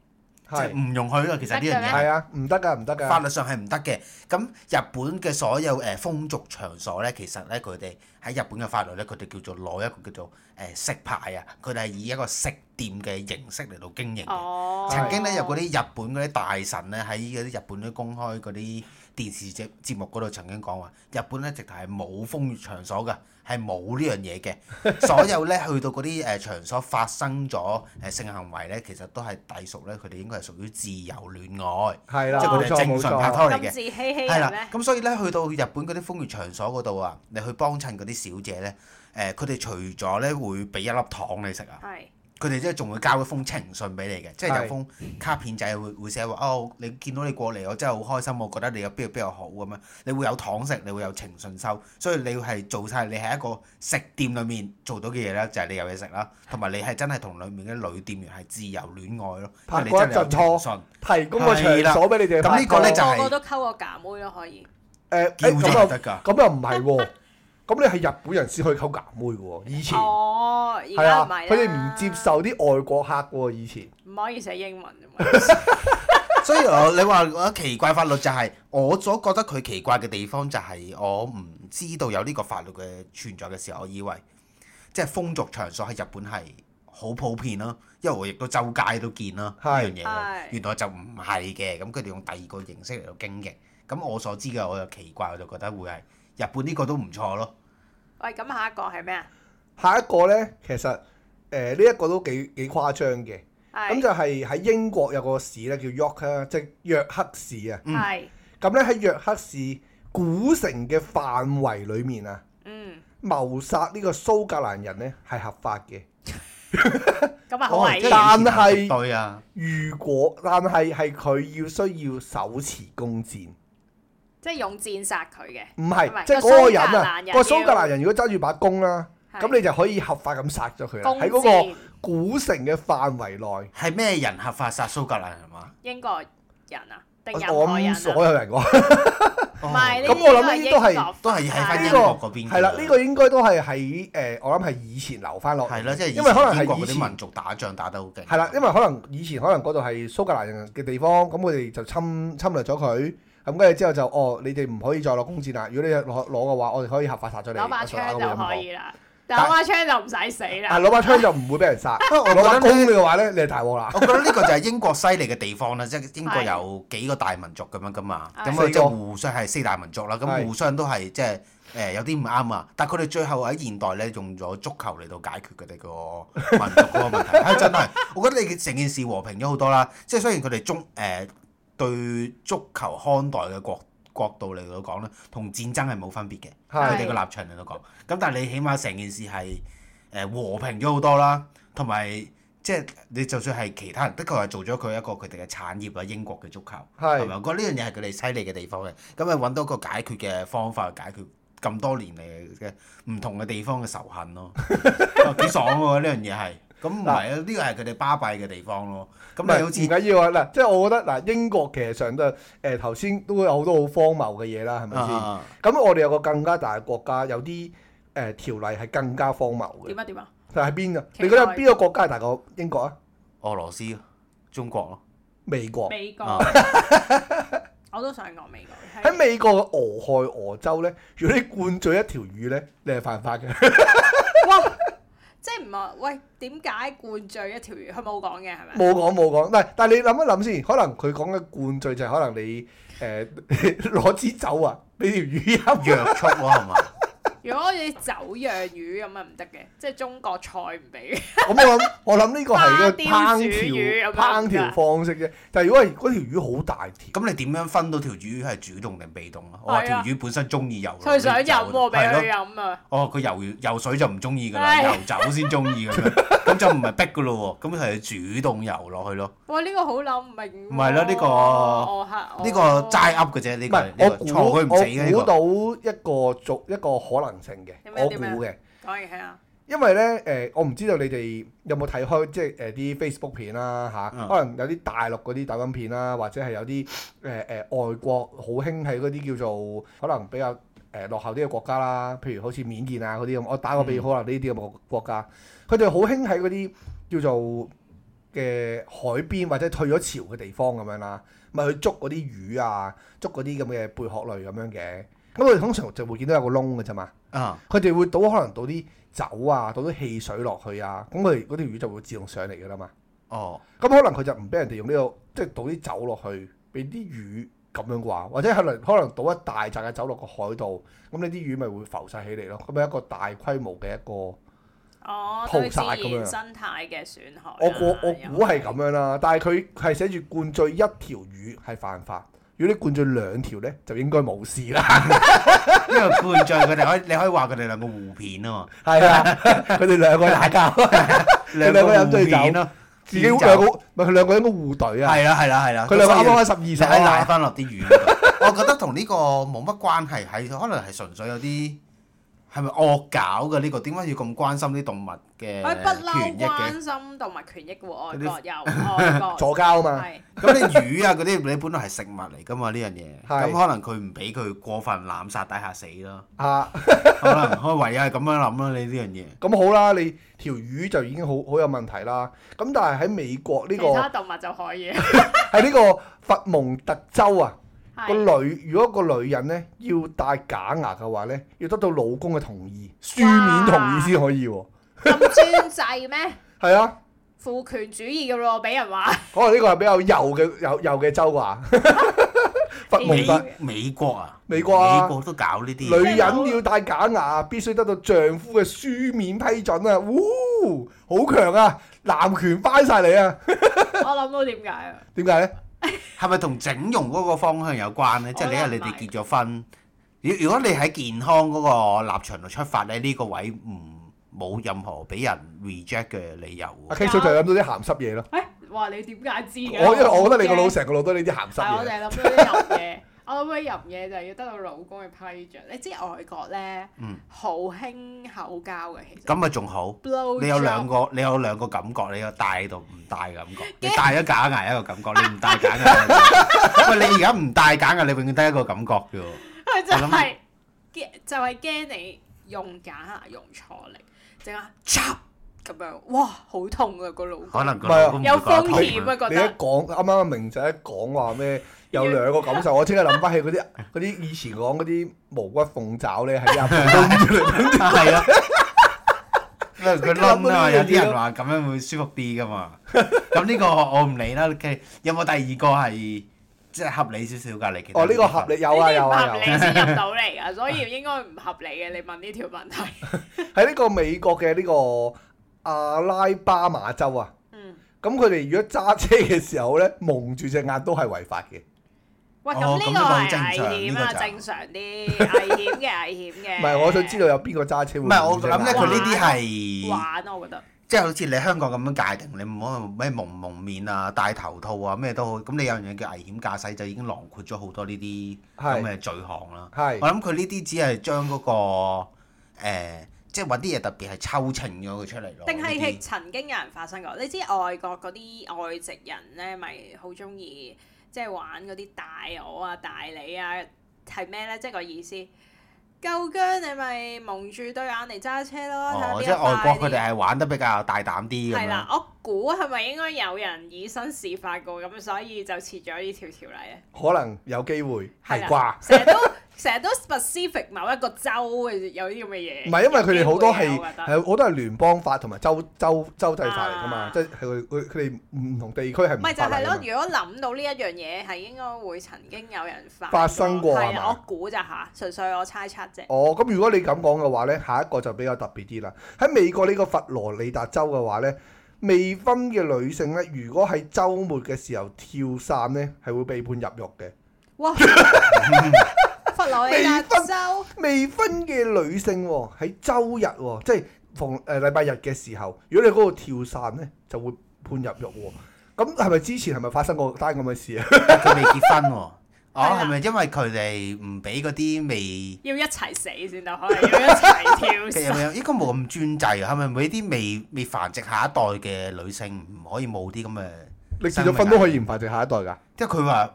Speaker 3: 即係
Speaker 1: 係
Speaker 3: 唔容許嘅。其實呢
Speaker 4: 得嘅咩
Speaker 3: 樣
Speaker 1: 係啊，唔得噶，唔得
Speaker 3: 嘢
Speaker 1: 噶，
Speaker 3: 法律上係唔得嘅。咁日本嘅所有誒風俗場所咧，其實咧佢哋喺日本嘅法律咧，佢哋叫做攞一個叫做誒食牌啊，佢哋係以一個食店嘅形式嚟到經營嘅。
Speaker 2: 哦，
Speaker 3: 曾經咧有嗰啲日本嗰啲大臣咧喺嗰啲日本啲公開嗰啲電視節節目嗰度曾經講話，日本咧直頭係冇風月場所嘅，係冇呢樣 嘢嘅。所有咧去到嗰啲誒場所發生咗誒性行為咧，其實都係隸屬咧，佢哋應該係屬於自由戀愛，
Speaker 1: 係啦，
Speaker 3: 即係
Speaker 1: 啊冇
Speaker 3: 佢哋
Speaker 1: 錯
Speaker 3: 係
Speaker 1: 冇
Speaker 3: 正常拍
Speaker 1: 錯，
Speaker 3: 拖嚟
Speaker 2: 咁
Speaker 3: 嘅
Speaker 2: 自。欺欺
Speaker 3: 係
Speaker 2: 人
Speaker 3: 啦
Speaker 2: 咧，，
Speaker 3: 咁所以咧去到日本嗰啲風月場所嗰度啊，你去幫襯嗰啲小姐咧，誒佢哋除咗咧會俾一粒糖你食啊。
Speaker 2: 係
Speaker 3: 佢哋即係仲會交一封情信俾你嘅，即係有封卡片仔會會寫話哦，你見到你過嚟，我真係好開心，我覺得你有邊度邊度好咁樣，你會有糖食，你會有情信收，所以你係做晒你喺一個食店裏面做到嘅嘢咧，就係、你有嘢食啦，同埋你係真係同裡面嘅女店員係自由戀愛咯，因為你真係有情信。
Speaker 1: 提供個場所俾你哋
Speaker 3: 係啦咁呢個
Speaker 1: 拍
Speaker 3: 咧就
Speaker 1: 拖
Speaker 3: 係
Speaker 2: 個個都溝我假妹咯，可以
Speaker 1: 誒
Speaker 3: 叫
Speaker 1: 誒咁啊
Speaker 3: 啫
Speaker 1: 又
Speaker 3: 得㗎，
Speaker 1: 咁又唔係喎，咁你係日本人先可以溝假妹喎，以前
Speaker 2: 哦，而
Speaker 1: 係
Speaker 2: 家
Speaker 1: 啊
Speaker 2: 唔係，啦
Speaker 1: 佢哋唔接，受啲外國客喎，以前
Speaker 2: 唔可以寫英文啊嘛，
Speaker 3: 所以我你話我奇怪法律就係、我所覺得佢奇怪嘅地方就係我唔知道有呢個法律嘅存在嘅時候，我以為即係風俗場所喺日本係好普遍啦，因為我亦都周街都見啦呢
Speaker 1: 係
Speaker 3: 樣嘢
Speaker 2: 係，
Speaker 3: 原來就唔係嘅，咁佢哋用第二個形式嚟到經營。咁我所知嘅我就奇怪，我就覺得會係日本呢個都唔錯咯。
Speaker 2: 喂，咁下一個係咩啊？
Speaker 1: 下一個咧，其實誒呢一個都幾幾誇張嘅，咁
Speaker 2: 係
Speaker 1: 就係喺英國有個市咧叫 York 啦，即係約克市啊。
Speaker 3: 嗯
Speaker 2: 係
Speaker 1: 咁咧喺約克市古城嘅範圍裡面啊，
Speaker 2: 嗯，
Speaker 1: 謀殺呢個蘇格蘭人咧係合法嘅。
Speaker 2: 咁啊好危
Speaker 1: 哦
Speaker 2: 險，
Speaker 1: 但係
Speaker 3: 對啊，
Speaker 1: 如果但係係佢要需要手持弓箭，
Speaker 2: 即係用箭殺佢嘅，
Speaker 1: 唔
Speaker 2: 唔
Speaker 1: 係
Speaker 2: 係
Speaker 1: 即係嗰個人
Speaker 2: 個蘇格
Speaker 1: 啊
Speaker 2: 蘭，人
Speaker 1: 個蘇格蘭人如果揸住把弓啦，
Speaker 2: 係
Speaker 1: 咁你就可以合法咁殺咗佢啦。
Speaker 2: 弓
Speaker 1: 喺嗰個
Speaker 2: 箭
Speaker 1: 古城嘅範圍內，
Speaker 3: 係咩人合法殺蘇格蘭人嘛？
Speaker 2: 英國人啊，定任
Speaker 1: 我我
Speaker 2: 何
Speaker 1: 諗
Speaker 2: 人
Speaker 1: 所
Speaker 2: 啊？
Speaker 1: 有人講。
Speaker 2: 唔
Speaker 3: 哦
Speaker 2: 係啊呢
Speaker 1: 咁
Speaker 2: 啲
Speaker 1: 我諗呢啲都係
Speaker 2: 英國
Speaker 3: 都係喺返
Speaker 1: 呢
Speaker 3: 英
Speaker 1: 個
Speaker 2: 法
Speaker 3: 國嗰邊㗎啊
Speaker 1: 係啦，呢個應該都係喺誒，我諗係以前留翻落嚟。
Speaker 3: 係啦，即係
Speaker 1: 因為可能
Speaker 3: 英國
Speaker 1: 係以
Speaker 3: 嗰
Speaker 1: 前
Speaker 3: 啲啊民族打仗打得好勁。
Speaker 1: 係啦，因為可能以前可能嗰度係蘇格蘭人嘅地方，咁佢哋就侵侵略咗佢。咁跟住之後就哦，你哋唔可以再攞弓箭啦。如果你攞攞嘅話，我哋可以合法殺咗你。
Speaker 2: 攞把槍
Speaker 1: 我
Speaker 2: 就
Speaker 1: 想打
Speaker 2: 可
Speaker 1: 個會咁講。
Speaker 2: 以啦，
Speaker 1: 但
Speaker 2: 攞把槍就唔使死
Speaker 1: 啊，
Speaker 2: 啦。
Speaker 1: 攞把槍就唔會俾人 殺。哦
Speaker 3: 我
Speaker 1: 攞把
Speaker 3: 覺
Speaker 1: 弓
Speaker 3: 得呢
Speaker 1: 嘅話咧，你係大鑊啦。
Speaker 3: 我覺得呢個就係英國犀利嘅地方啦，即係英國
Speaker 2: 係
Speaker 3: 有幾個大民族咁樣噶嘛，
Speaker 2: 係
Speaker 1: 四
Speaker 3: 咁
Speaker 1: 個
Speaker 3: 佢即係互相係四大民族啦，
Speaker 1: 係
Speaker 3: 咁互相都係即係誒有啲唔啱啊，但係佢哋最後喺現代咧用咗足球嚟到解決佢哋個民族嗰個問題，係真係，我覺得你成件事和平咗好多啦，即係雖然佢 哋中誒對足球看待嘅國角度嚟到講咧，同戰爭係冇分別嘅。佢
Speaker 1: 係
Speaker 3: 哋個立場嚟到講。咁但係你起碼成件事係誒和平咗好多啦，同埋即係你就算係其他人，的確係做咗佢一個佢哋嘅產業啦，英國嘅足球係咪？
Speaker 1: 係
Speaker 3: 我覺得呢樣嘢係佢哋犀利嘅地方嘅，咁啊揾到個解決嘅方法去解決咁多年嚟嘅唔同嘅地方嘅仇 恨咯，哇幾爽喎呢樣嘢係。咁唔係啊，呢個係佢哋巴閉嘅地方咯。咁
Speaker 1: 唔係
Speaker 3: 你好似
Speaker 1: 唔緊要啊！嗱，即係我覺得嗱，英國其實上都係誒頭先都會有好多好荒謬嘅嘢啦，係咪先？
Speaker 3: 啊
Speaker 1: 咁我哋有個更加大嘅國家，有啲誒、呃、條例係更加荒謬嘅
Speaker 2: 點。啊點啊！
Speaker 1: 就係邊啊？
Speaker 2: 其
Speaker 1: 你覺得
Speaker 2: 外
Speaker 1: 邊個國家係大過英國啊？
Speaker 3: 俄羅斯、中國咯。
Speaker 1: 美國
Speaker 2: 美
Speaker 3: 啊
Speaker 2: 國，我都想講美國。
Speaker 1: 喺美國嘅俄亥俄州咧，如果你灌醉一條魚咧，你係犯法嘅。
Speaker 2: 哇！即係唔係？喂，點解灌醉一條魚？佢冇講嘅係咪？
Speaker 1: 冇講冇講，但係但係你諗一諗先，可能佢講嘅灌醉就係可能你誒 攞、支酒啊，俾條魚飲。
Speaker 3: 約束咯係嘛？
Speaker 2: 如果好似酒釀魚咁啊唔得嘅，即係中國菜唔俾嘅。
Speaker 1: 咁我諗我諗呢個係個
Speaker 2: 花雕
Speaker 1: 烹
Speaker 2: 鼠魚
Speaker 1: 調
Speaker 2: 咁樣
Speaker 1: 烹調方式啫。但係如果係嗰條魚好大條，
Speaker 3: 咁你點樣分到條魚係主動定被動啊？我
Speaker 2: 係
Speaker 3: 話
Speaker 2: 啊
Speaker 3: 條魚本身中意游落
Speaker 2: 佢
Speaker 3: 去
Speaker 2: 想
Speaker 3: 就
Speaker 2: 飲喎，俾
Speaker 3: 係
Speaker 2: 佢
Speaker 3: 咯
Speaker 2: 飲啊！
Speaker 3: 哦，佢游游水就唔中意㗎啦，
Speaker 2: 係
Speaker 3: 游走先中意咁 樣，咁就唔係逼㗎咯喎，咁佢係主動游落去咯。
Speaker 2: 哇！呢個好諗唔明喎。
Speaker 3: 唔係啦呢個
Speaker 2: 我嚇
Speaker 3: 呢個齋噏嘅啫，呢
Speaker 1: 唔
Speaker 3: 個
Speaker 1: 係
Speaker 3: 呢個
Speaker 1: 我估
Speaker 3: 錯佢唔死嘅呢
Speaker 1: 我估
Speaker 3: 個。
Speaker 1: 到一個族一個可能性嘅，
Speaker 2: 點樣
Speaker 1: 我
Speaker 2: 點樣
Speaker 1: 估嘅。
Speaker 2: 講嘢係啊，
Speaker 1: 因為咧，誒、我唔知道你哋有冇睇開，即係誒啲 Facebook 片啦嚇，
Speaker 3: 嗯
Speaker 1: 可能有啲大陸嗰啲抖音呃片啦，或者係有啲誒誒外國好興起嗰啲叫做可能比較誒、誒落後啲嘅國家啦，譬如好似緬甸啊嗰啲咁，我打個比喻，可能呢啲咁嘅國家，佢哋好興喺嗰啲叫做嘅海邊或者退咗潮嘅地方咁樣啦，咪去捉嗰啲魚啊，捉嗰啲咁嘅貝殼類咁樣嘅。咁我哋通常就會見到有個窿嘅啫嘛，
Speaker 3: 啊，
Speaker 1: 佢哋會倒可能倒啲酒啊，倒啲汽水落去啊，咁佢哋嗰條魚就會自動上嚟㗎啦嘛。
Speaker 3: 哦，
Speaker 1: 咁可能佢就唔俾人哋用呢、個，即係倒啲酒落去，俾啲魚咁樣啩，或者可能可能倒一大扎嘅酒落個海度，咁呢啲魚咪會浮晒起嚟咯。咁咪一個大規模嘅一個，
Speaker 2: 哦，
Speaker 1: 屠
Speaker 2: 對自
Speaker 1: 殺咁樣
Speaker 2: 然生態嘅損害啊。
Speaker 1: 我估我
Speaker 2: 又
Speaker 1: 估係咁樣啦。但係佢係寫住灌醉一條魚係犯法，如果你灌醉兩條呢，就應該冇事 啦。
Speaker 3: 因為灌醉佢哋可以，你可以話佢哋兩個互片啊嘛，
Speaker 1: 係啊，佢哋兩個打交，
Speaker 3: 兩
Speaker 1: 兩個
Speaker 3: 個
Speaker 1: 飲
Speaker 3: 互
Speaker 1: 醉酒
Speaker 3: 片咯，
Speaker 1: 自己兩個咪佢兩個應該互懟啊。
Speaker 3: 係啦係啦係啦，
Speaker 1: 佢兩個
Speaker 3: 咁所以
Speaker 1: 啱啱喺十
Speaker 3: 就
Speaker 1: 二
Speaker 3: 喺
Speaker 1: 歲
Speaker 3: 賴
Speaker 1: 啊，
Speaker 3: 翻落啲魚 嗰度。我覺得同呢個冇乜關係，係可能係純粹有啲係咪惡搞嘅呢個？點解要咁關心啲動物嘅
Speaker 2: 我不嬲
Speaker 3: 權益嘅？
Speaker 2: 關心動物權益嘅喎，外
Speaker 3: 嗰啲
Speaker 2: 國有外國
Speaker 1: 左交啊嘛。
Speaker 2: 係
Speaker 3: 咁你魚啊嗰啲，你本來係食物嚟噶嘛呢樣嘢，
Speaker 1: 係
Speaker 3: 咁可能佢唔俾佢過分濫殺底下死咯，
Speaker 1: 啊。
Speaker 3: 可能我唯有係咁樣諗啦，你呢樣嘢。
Speaker 1: 咁好啦，你條魚就已經好好有問題啦。咁但係喺美國
Speaker 4: 其
Speaker 1: 呢、個
Speaker 4: 他動物就可以。
Speaker 1: 喺呢個佛蒙特州啊，個
Speaker 4: 係
Speaker 1: 女如果個女人呢要戴假牙嘅話呢，要得到老公嘅同意，書面同意先可以喎。
Speaker 2: 咁專制咩？
Speaker 1: 係啊，
Speaker 2: 父權主義嘅咯，俾人話。
Speaker 1: 可能呢個係比較右嘅右右嘅州啩。 佛蒙
Speaker 3: 美
Speaker 1: 特
Speaker 3: 美國啊，
Speaker 1: 美國啊
Speaker 3: 美國都搞呢啲
Speaker 1: 女
Speaker 3: 嘢，
Speaker 1: 人要戴假牙，必須得到丈夫嘅書面批准啊！呜，好強啊！男權翻晒嚟啊！
Speaker 4: 我諗到點解啊？
Speaker 1: 點解呢？
Speaker 3: 係咪同整容嗰個方向有關咧？即係
Speaker 4: 我
Speaker 3: 你
Speaker 4: 覺
Speaker 3: 係
Speaker 4: 得
Speaker 3: 你哋
Speaker 4: 啊唔係
Speaker 3: 結咗婚，如如果你喺健康嗰個立場度出發咧，呢個位唔冇任何俾人 reject 嘅理由
Speaker 1: 阿
Speaker 3: 喎。
Speaker 4: 啊
Speaker 1: K 水就諗到啲鹹濕嘢咯。
Speaker 4: 誒，哇！哎你點解知嘅？
Speaker 1: 我因為我覺得你個腦
Speaker 4: 老
Speaker 1: 成個腦都係呢啲鹹
Speaker 4: 但係我
Speaker 1: 濕
Speaker 4: 就
Speaker 1: 嘢。
Speaker 4: 係諗到啲淫嘢，我諗起淫嘢就係要得到老公嘅批准。你知外國咧
Speaker 3: 嗯，
Speaker 4: 好興口交嘅，其實。
Speaker 3: 咁咪仲好。
Speaker 4: blow
Speaker 3: 你有
Speaker 4: job
Speaker 3: 兩個，你有兩個感覺，你有戴同唔戴嘅感覺。你戴咗假牙一個感 覺，你唔戴假牙一個感覺。喂，你而家唔戴假牙，你永遠得一個感覺嘅喎。
Speaker 4: 佢 就
Speaker 3: 我諗
Speaker 4: 係驚，就係驚你用假牙用錯力，整下 chop 咁樣，哇！好痛啊個腦，
Speaker 3: 可能個
Speaker 1: 唔係啊
Speaker 3: 老公唔
Speaker 4: 有
Speaker 3: 會覺得
Speaker 4: 風
Speaker 3: 痛
Speaker 4: 險啊覺
Speaker 1: 你一
Speaker 4: 得。
Speaker 1: 講啱啱明仔一講話咩有兩 個感受，我即刻諗翻起嗰啲嗰啲以前講嗰啲毛骨鳳爪咧，喺日本 拎出嚟。
Speaker 3: 啊 係啊，
Speaker 1: 即刻諗到呢樣嘢咯
Speaker 3: 因為佢冧啊嘛，有啲人話咁樣會舒服啲噶嘛。咁呢個我唔理啦。OK，有冇第二個係即係合理少少㗎？你其他
Speaker 1: 哦，呢個合理有啊有啊
Speaker 4: 呢啲唔合
Speaker 1: 有
Speaker 4: 理。先入到嚟噶，所 以應該唔合理嘅。你問呢條問題，
Speaker 1: 喺呢個美國嘅呢個阿拉巴馬州啊，
Speaker 4: 嗯，
Speaker 1: 咁佢哋如果揸車嘅時候咧，蒙住隻眼都係違法嘅。
Speaker 2: 喂，
Speaker 3: 哦
Speaker 2: 咁呢
Speaker 3: 咁呢
Speaker 2: 個
Speaker 3: 個好
Speaker 2: 係
Speaker 3: 正常
Speaker 2: 危險
Speaker 3: 呢個
Speaker 2: 啊，
Speaker 3: 就
Speaker 2: 正常啲，危險嘅，危險嘅。
Speaker 1: 唔係，我想 知道有邊個揸車會
Speaker 3: 唔係我
Speaker 1: 蒙住隻
Speaker 3: 諗咧，
Speaker 1: 眼
Speaker 3: 佢呢啲係。
Speaker 4: 玩
Speaker 2: 啊
Speaker 4: 我覺得
Speaker 3: 即係好似你香港咁樣界定，你唔好咩蒙蒙面啊、戴頭套啊咩都好，咁你有樣嘢叫危險駕駛就已經囊括咗好多呢啲咁
Speaker 1: 係
Speaker 3: 嘅罪行啦。
Speaker 1: 係
Speaker 3: 我諗佢呢啲只係將嗰個、呃、即係揾啲嘢特別係抽情咗佢出嚟咯。
Speaker 2: 定係
Speaker 3: 呢
Speaker 2: 係
Speaker 3: 啲
Speaker 2: 曾經有人發生過。嗯你知外國嗰啲外籍人咧，咪好中意即係玩嗰啲大我啊、大你啊，係咩咧？即係個意思，夠姜你咪蒙住對眼嚟揸車咯，睇下
Speaker 3: 哦，
Speaker 2: 邊
Speaker 3: 即
Speaker 2: 個
Speaker 3: 係外
Speaker 2: 快
Speaker 3: 國佢
Speaker 2: 啲
Speaker 3: 哋係玩得比較大膽啲咁
Speaker 2: 係
Speaker 3: 樣
Speaker 2: 啦，。我估係咪應該有人以身試法過咁，所以就設咗呢條條例啊咧？
Speaker 1: 可能有機會係
Speaker 2: 係
Speaker 1: 啩
Speaker 2: 啦？成日都 成日都 specific 某一個州嘅有啲咁嘅嘢。
Speaker 1: 唔係因為佢哋好多
Speaker 2: 有
Speaker 1: 係
Speaker 2: 機會啊我覺得
Speaker 1: 係好多係聯邦法同埋州州州際法嚟噶嘛，
Speaker 2: 啊
Speaker 1: 即係佢佢佢哋唔同地區係唔
Speaker 2: 唔係就
Speaker 1: 法
Speaker 2: 係
Speaker 1: 例㗎
Speaker 2: 咯
Speaker 1: 嘛，
Speaker 2: 如果諗到呢一樣嘢，係應該會曾經有人發
Speaker 1: 發生過係
Speaker 2: 係
Speaker 1: 嘛
Speaker 2: 啊，我估咋嚇，純粹我猜測 啫。
Speaker 1: 哦，咁如果你咁講嘅話呢，下一個就比較特別啲啦。喺美國呢個佛羅里達州嘅話呢，未婚嘅女性呢，如果喺週末嘅時候跳傘呢，係會被判入獄嘅。
Speaker 2: 哇！佛羅里達州
Speaker 1: 未婚嘅女性喎、喺週日喎、即係逢誒禮拜日嘅時候，如果你嗰度跳傘呢，就會判入獄喎、咁係咪之前係咪發生過單咁嘅事啊？
Speaker 3: 佢未結婚喎，哦
Speaker 2: 係啦
Speaker 3: 係咪因為佢哋唔俾嗰啲未？
Speaker 4: 要一齊死先得，可能要一齊跳
Speaker 3: 其實有
Speaker 4: 傘。
Speaker 3: 冇應該冇咁專制啊？係咪每啲未未繁殖下一代嘅女性唔可以冇啲咁嘅？
Speaker 1: 你結咗婚都可以唔繁殖下一代㗎？
Speaker 3: 即係佢話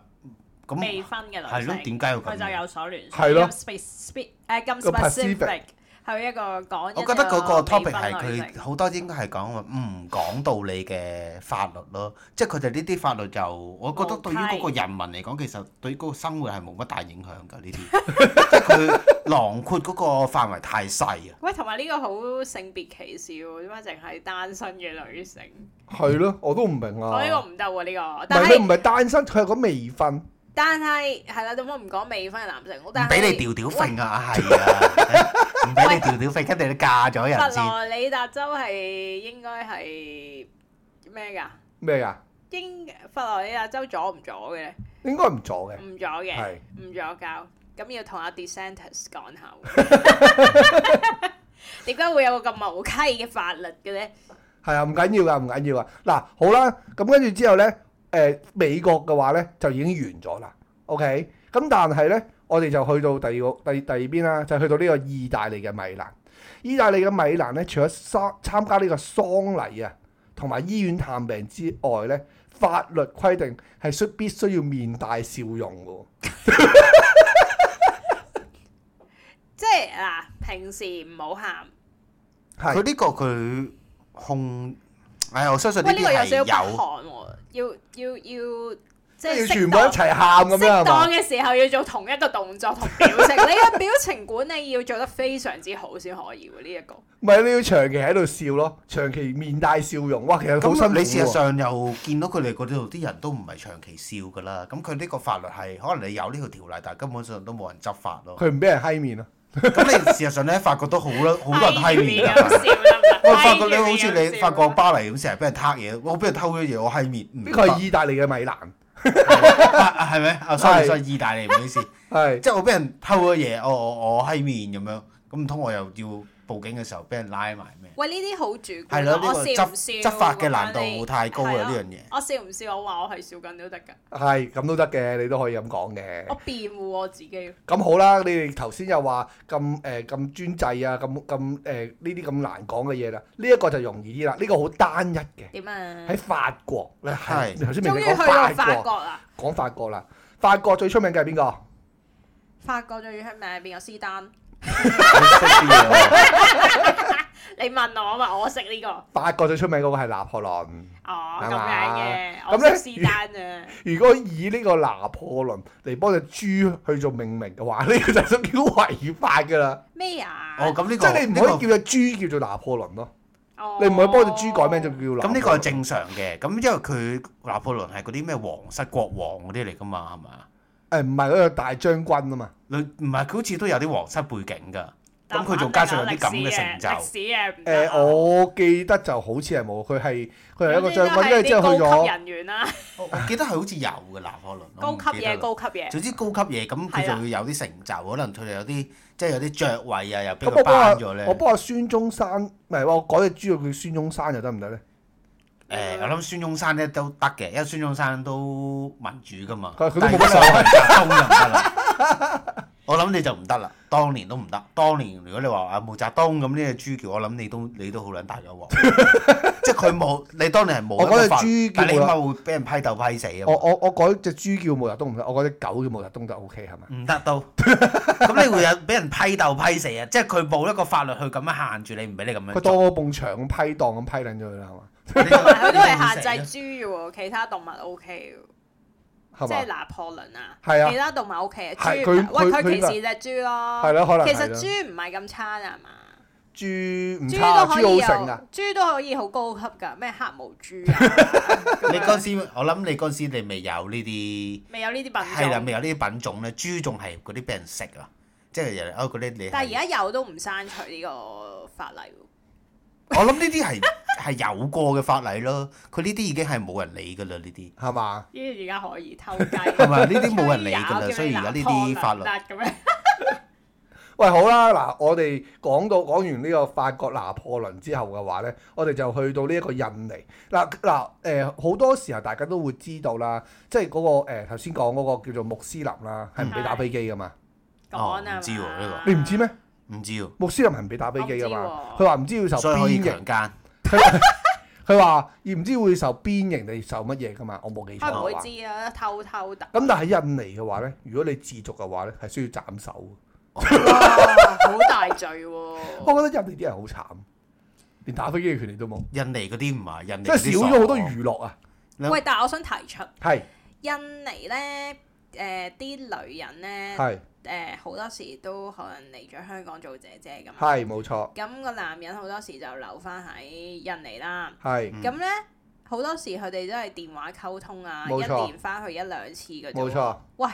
Speaker 3: 咁
Speaker 2: 未婚嘅
Speaker 3: 係
Speaker 2: 女
Speaker 3: 咯
Speaker 2: 性，
Speaker 3: 點解要咁
Speaker 2: 佢就有所聯想，
Speaker 1: 係咯
Speaker 2: 咁 specific 誒咁
Speaker 1: 個
Speaker 2: specific 係一個講一
Speaker 3: 我覺得嗰個 topic 係
Speaker 2: 未婚女性
Speaker 3: 佢好多應該係講話唔講道理嘅法律咯，即係佢哋呢啲法律就我覺得對於嗰個人民嚟講，其實對於嗰個生活係冇乜大影響㗎呢 啲，即係佢囊括嗰個範圍太細啊。
Speaker 2: 喂，同埋呢個好性別歧視喎，點解淨係單身嘅女性？
Speaker 1: 係咯，我都唔明
Speaker 2: 我哦呢
Speaker 1: 啊。
Speaker 2: 個唔得喎，呢個
Speaker 1: 唔
Speaker 2: 但
Speaker 1: 係佢唔
Speaker 2: 係
Speaker 1: 係單身，佢係講未婚。
Speaker 2: 但係係啦，點解唔講未婚嘅男性？
Speaker 3: 唔
Speaker 2: 但係
Speaker 3: 俾你調調揈啊，係啊，唔俾你調調揈，跟住你嫁咗
Speaker 2: 佛
Speaker 3: 人先。
Speaker 2: 羅里達州係應該係咩㗎？
Speaker 1: 咩啊？
Speaker 2: 英佛羅里達州阻唔阻嘅咧？
Speaker 1: 應該唔左嘅，
Speaker 2: 唔阻嘅
Speaker 1: 係，
Speaker 2: 唔阻交。咁要同阿 Dissenters 講下 喎。點解會有個咁無稽嘅法律嘅咧？
Speaker 1: 係啊，唔緊要噶，唔緊要噶。嗱，好啦，咁跟住之後咧，誒、美國嘅話咧就已經完咗啦，OK。咁但係咧，我哋就去到第二個第第二邊啦，就去到呢個意大利嘅米蘭。意大利嘅米蘭咧，除咗參參加呢個喪禮啊，同埋醫院探病之外咧，法律規定係需必須要面帶笑容嘅喎。
Speaker 2: 即係嗱，平時唔好喊。
Speaker 1: 係
Speaker 3: 佢呢個佢控，唉，我相信呢
Speaker 2: 喂，呢
Speaker 3: 啲
Speaker 2: 個有
Speaker 3: 係
Speaker 2: 少少北
Speaker 3: 有。
Speaker 2: 韓喎，要要要，即
Speaker 1: 即係
Speaker 2: 係
Speaker 1: 要全
Speaker 2: 適
Speaker 1: 部一
Speaker 2: 當
Speaker 1: 齊喊咁樣係
Speaker 2: 適
Speaker 1: 嘛
Speaker 2: 當？嘅時候要做同一個動作同表 情，你嘅表情管理要做得非常之好先可以喎。呢一個
Speaker 1: 唔係你要長期喺度笑咯，長期面帶笑容，哇，其實好辛
Speaker 3: 咁啊
Speaker 1: 苦
Speaker 3: 你事實
Speaker 1: 喎。
Speaker 3: 上又見到佢哋嗰度啲人都唔係長期笑㗎啦，咁佢呢個法律係可能你有呢條條例，但係根本上都冇人執法 咯。
Speaker 1: 佢唔俾人閪面啊！
Speaker 3: 咁你事實上咧，法國都好啦，好 多人
Speaker 2: 哎
Speaker 3: 閪面
Speaker 1: 啊
Speaker 2: 咁
Speaker 3: 㗎。
Speaker 2: 笑得唔得
Speaker 3: 我發覺你好
Speaker 2: 哎
Speaker 3: 似你
Speaker 2: 咁笑
Speaker 3: 法
Speaker 2: 得
Speaker 3: 國
Speaker 2: 唔得
Speaker 3: 巴黎咁，成日俾人撻嘢，我俾人偷咗嘢，我閪面唔
Speaker 1: 呢
Speaker 3: 得。
Speaker 1: 個係意大利嘅米蘭，
Speaker 3: 啊係咪？啊，sorry
Speaker 1: 係
Speaker 3: sorry，意大利唔好意思，
Speaker 1: 係
Speaker 3: 即係我俾人偷咗嘢，我我我閪面咁樣，咁唔通我又要報警嘅時候俾人拉埋咩？
Speaker 2: 喂，呢啲好主觀啊，
Speaker 3: 係咯，呢
Speaker 2: 我
Speaker 3: 個
Speaker 2: 笑
Speaker 3: 執
Speaker 2: 唔笑
Speaker 3: 執法嘅
Speaker 2: 咁樣
Speaker 3: 難度
Speaker 2: 你
Speaker 3: 太高啦，啊
Speaker 2: 係咯啊
Speaker 3: 呢樣嘢。
Speaker 2: 我笑唔笑，我話我係笑緊都得㗎，
Speaker 1: 係咁都得嘅，你都可以咁講嘅
Speaker 2: 我。辯護我自己。
Speaker 1: 咁好啦，你哋頭先又話咁誒咁專制啊，咁咁誒呢啲咁難講嘅嘢啦，呢一個就容易啲啦，呢個好單一嘅。
Speaker 2: 點啊
Speaker 1: 喺？法國，你係
Speaker 3: 係
Speaker 1: 你頭先明
Speaker 2: 終於
Speaker 1: 明
Speaker 2: 去
Speaker 1: 講
Speaker 2: 到
Speaker 3: 啊
Speaker 1: 法
Speaker 2: 法
Speaker 1: 國，
Speaker 2: 國啦！
Speaker 1: 講法國啦。法國最出名嘅係邊個？
Speaker 2: 法國最出名係邊個？斯丹？
Speaker 3: 你識啲嘢喎
Speaker 2: 你問我啊嘛，我識呢個。
Speaker 1: 法國最出名嗰個係拿破崙。
Speaker 2: 哦，
Speaker 1: 係
Speaker 2: 咁
Speaker 1: 嘛
Speaker 2: 樣嘅，
Speaker 1: 咁
Speaker 2: 我
Speaker 1: 咧
Speaker 2: 識斯丹啊。
Speaker 1: 如果以呢個拿破崙嚟幫只豬去做命名嘅話，呢、 個就已經違法㗎啦。
Speaker 2: 咩啊？
Speaker 3: 哦，咁呢
Speaker 1: 即
Speaker 3: 個
Speaker 1: 係你唔可以叫
Speaker 3: 呢
Speaker 1: 只豬叫做拿破崙咯，
Speaker 2: 哦
Speaker 1: 你唔可以幫只豬改名就叫
Speaker 3: 個
Speaker 1: 拿破崙。
Speaker 3: 咁呢個係正常嘅。咁因為佢拿破崙係嗰啲咩皇室國王嗰啲嚟噶嘛，係嘛？
Speaker 1: 誒唔係嗰個大將軍啊嘛，
Speaker 3: 你唔係佢好似都有啲皇室背景㗎。
Speaker 2: 但
Speaker 3: 咁佢
Speaker 2: 肯定
Speaker 3: 仲加上有
Speaker 2: 有
Speaker 3: 啲
Speaker 2: 歷
Speaker 3: 咁
Speaker 2: 史啊
Speaker 3: 嘅成就，
Speaker 2: 歷史嘅唔
Speaker 1: 誒、
Speaker 2: 得啊。
Speaker 3: 哦
Speaker 1: 我記得就好似係冇，佢係佢係一個將軍，跟
Speaker 2: 跟
Speaker 1: 住之後去
Speaker 2: 高級
Speaker 1: 咗
Speaker 2: 人員啦，
Speaker 3: 我我記得係好似有嘅拿破崙。我
Speaker 2: 高
Speaker 3: 唔
Speaker 2: 級
Speaker 3: 記得
Speaker 2: 嘢，
Speaker 3: 啦
Speaker 2: 高級嘢。
Speaker 3: 總之高級嘢，咁佢
Speaker 2: 係啦
Speaker 3: 就會有啲成就，可能佢哋有啲即係有啲爵位啊，又俾
Speaker 1: 咁我
Speaker 3: 佢
Speaker 1: 幫
Speaker 3: 頒咗咧
Speaker 1: 阿我。幫阿孫中山，唔係我改只豬叫孫中山又得唔得咧？
Speaker 3: 誒，我諗孫中山咧都得嘅，因為孫中山都民主噶嘛。
Speaker 1: 佢佢都
Speaker 3: 但係
Speaker 1: 冇乜所謂
Speaker 3: 如果係毛澤東就唔得啦。 我諗你就唔得啦，當年都唔得。當年如果你話啊毛澤東咁呢隻豬叫，我諗你都你都好撚大咗鑊。 即係佢冇，你當年係冇
Speaker 1: 我
Speaker 3: 一
Speaker 1: 覺得
Speaker 3: 個法律
Speaker 1: 豬叫
Speaker 3: 但係你起
Speaker 1: 冇啦
Speaker 3: 碼會俾人批鬥批死啊
Speaker 1: 我
Speaker 3: 嘛。
Speaker 1: 我我改只豬叫毛澤東唔得，我改只狗叫毛澤東就 O K 係咪？
Speaker 3: 唔得 都，咁你會有俾人批鬥批死啊！即係佢冇一個法律去咁樣限住你，唔俾你咁樣
Speaker 1: 佢
Speaker 3: 做。
Speaker 1: 當我埲牆咁批檔咁批撚咗佢啦，係嘛？
Speaker 3: 你
Speaker 2: 同埋佢都係
Speaker 3: 你會死啊
Speaker 2: 限制豬嘅喎，其他動物 O K
Speaker 1: 係
Speaker 2: 即
Speaker 1: 嘛
Speaker 2: 係？拿破崙啊，
Speaker 1: 係啊
Speaker 2: 其他動物 O K 啊，
Speaker 1: 係
Speaker 2: 豬
Speaker 1: 佢
Speaker 2: 喂
Speaker 1: 佢
Speaker 2: 佢歧
Speaker 1: 佢
Speaker 2: 視只豬咯，
Speaker 1: 係啦可能
Speaker 2: 其
Speaker 1: 係
Speaker 2: 實
Speaker 1: 啦
Speaker 2: 豬唔係咁差啊嘛。
Speaker 1: 豬唔
Speaker 2: 豬
Speaker 1: 差，啊
Speaker 2: 都可以
Speaker 1: 豬
Speaker 2: 有
Speaker 1: 好食㗎。，
Speaker 2: 豬都可以好高級㗎，咩黑毛 豬啊，咁
Speaker 3: 你
Speaker 2: 樣
Speaker 3: 嗰陣時，我諗你嗰陣時你未有呢啲，
Speaker 2: 未有呢啲
Speaker 3: 係啦，
Speaker 2: 品種，
Speaker 3: 未有呢啲品種咧，豬仲係嗰啲俾人食啊，即係人哋哦嗰啲你係。
Speaker 2: 但係而家有都唔刪除呢個法例喎。
Speaker 3: 我諗呢啲係 係有過嘅法例咯，佢呢啲已經係冇人理㗎啦，呢啲
Speaker 1: 係嘛？
Speaker 2: 呢啲而家可以偷雞，
Speaker 3: 係
Speaker 2: 係
Speaker 3: 咪？呢啲冇 人理㗎啦，所以而家呢啲法律
Speaker 2: 咁樣。
Speaker 1: 喂，好啦，嗱，我哋講到講完呢個法國拿破崙之後嘅話呢，我哋就去到呢一個印尼。嗱嗱，誒好、多時候大家都會知道啦，即係嗰、個誒頭先講嗰個叫做穆斯林啦，
Speaker 2: 嗯
Speaker 1: 係唔俾打飛機噶嘛？
Speaker 3: 哦
Speaker 2: 講啊
Speaker 3: 唔知喎
Speaker 2: 嘛
Speaker 3: 呢
Speaker 1: 你唔知咩？
Speaker 3: 唔知喎，
Speaker 1: 穆斯林係唔俾打飛機噶嘛
Speaker 2: 我唔？知
Speaker 1: 佢話唔知要受
Speaker 3: 所以可以
Speaker 1: 鞭刑
Speaker 3: 強。姦。
Speaker 1: 佢佢話而唔知會受鞭刑定受乜嘢噶嘛？我冇記錯
Speaker 2: 佢唔
Speaker 1: 嘅
Speaker 2: 會
Speaker 1: 話。
Speaker 2: 知啊，偷偷 打。
Speaker 1: 咁但係印尼嘅話咧，如果你自足嘅話咧，係需要斬首嘅。
Speaker 4: 好大罪喎、
Speaker 1: 我覺得印尼啲人好慘，連打飛機嘅權利都冇，
Speaker 3: 印尼嗰啲唔係印尼
Speaker 1: 即
Speaker 3: 嗰
Speaker 1: 係
Speaker 3: 啲
Speaker 1: 少咗好多娛樂啊。
Speaker 3: 咁
Speaker 2: 喂，但係我想提出
Speaker 1: 係
Speaker 2: 印尼咧，誒啲女人咧，
Speaker 1: 係
Speaker 2: 誒好多時都可能嚟咗香港做姐姐咁。
Speaker 1: 係冇錯，
Speaker 2: 咁個男人好多時就留翻喺印尼啦。
Speaker 1: 係
Speaker 2: 咁咧好多時佢哋都係電話溝通啊，
Speaker 1: 冇
Speaker 2: 一
Speaker 1: 錯
Speaker 2: 年翻去一兩次嘅啫。
Speaker 1: 冇錯。
Speaker 2: 喂，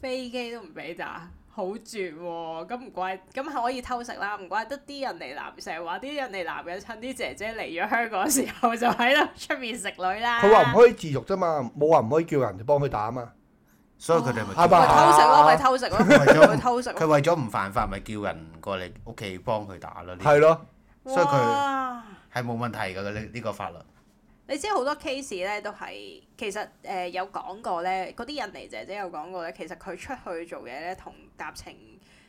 Speaker 2: 飛機都唔俾打，好絕喎、咁唔怪，咁可以偷食啦，唔怪得啲人嚟男成日話啲人嚟男人趁啲姐姐嚟咗香港時候就喺度出面食女啦。
Speaker 1: 佢啊話唔可以自足啫嘛，冇話唔可以叫人哋幫佢打啊嘛。
Speaker 3: 所以佢哋咪
Speaker 1: 嗯係
Speaker 2: 咪
Speaker 3: 叫
Speaker 1: 咪
Speaker 2: 偷食
Speaker 1: 啊
Speaker 2: 咯，咪偷食咯，咪偷食
Speaker 3: 佢
Speaker 2: 咯。
Speaker 3: 為咗唔犯法，咪叫人過嚟屋企幫佢打
Speaker 2: 嗯
Speaker 3: 咯。呢
Speaker 1: 係咯，
Speaker 3: 所以佢
Speaker 2: 哇
Speaker 3: 係冇問題㗎呢呢個法律。
Speaker 2: 你知好多 case 咧都係其實誒、呃有講過咧，嗰啲印尼姐姐有講過咧，其實佢出去做嘢咧，同搭程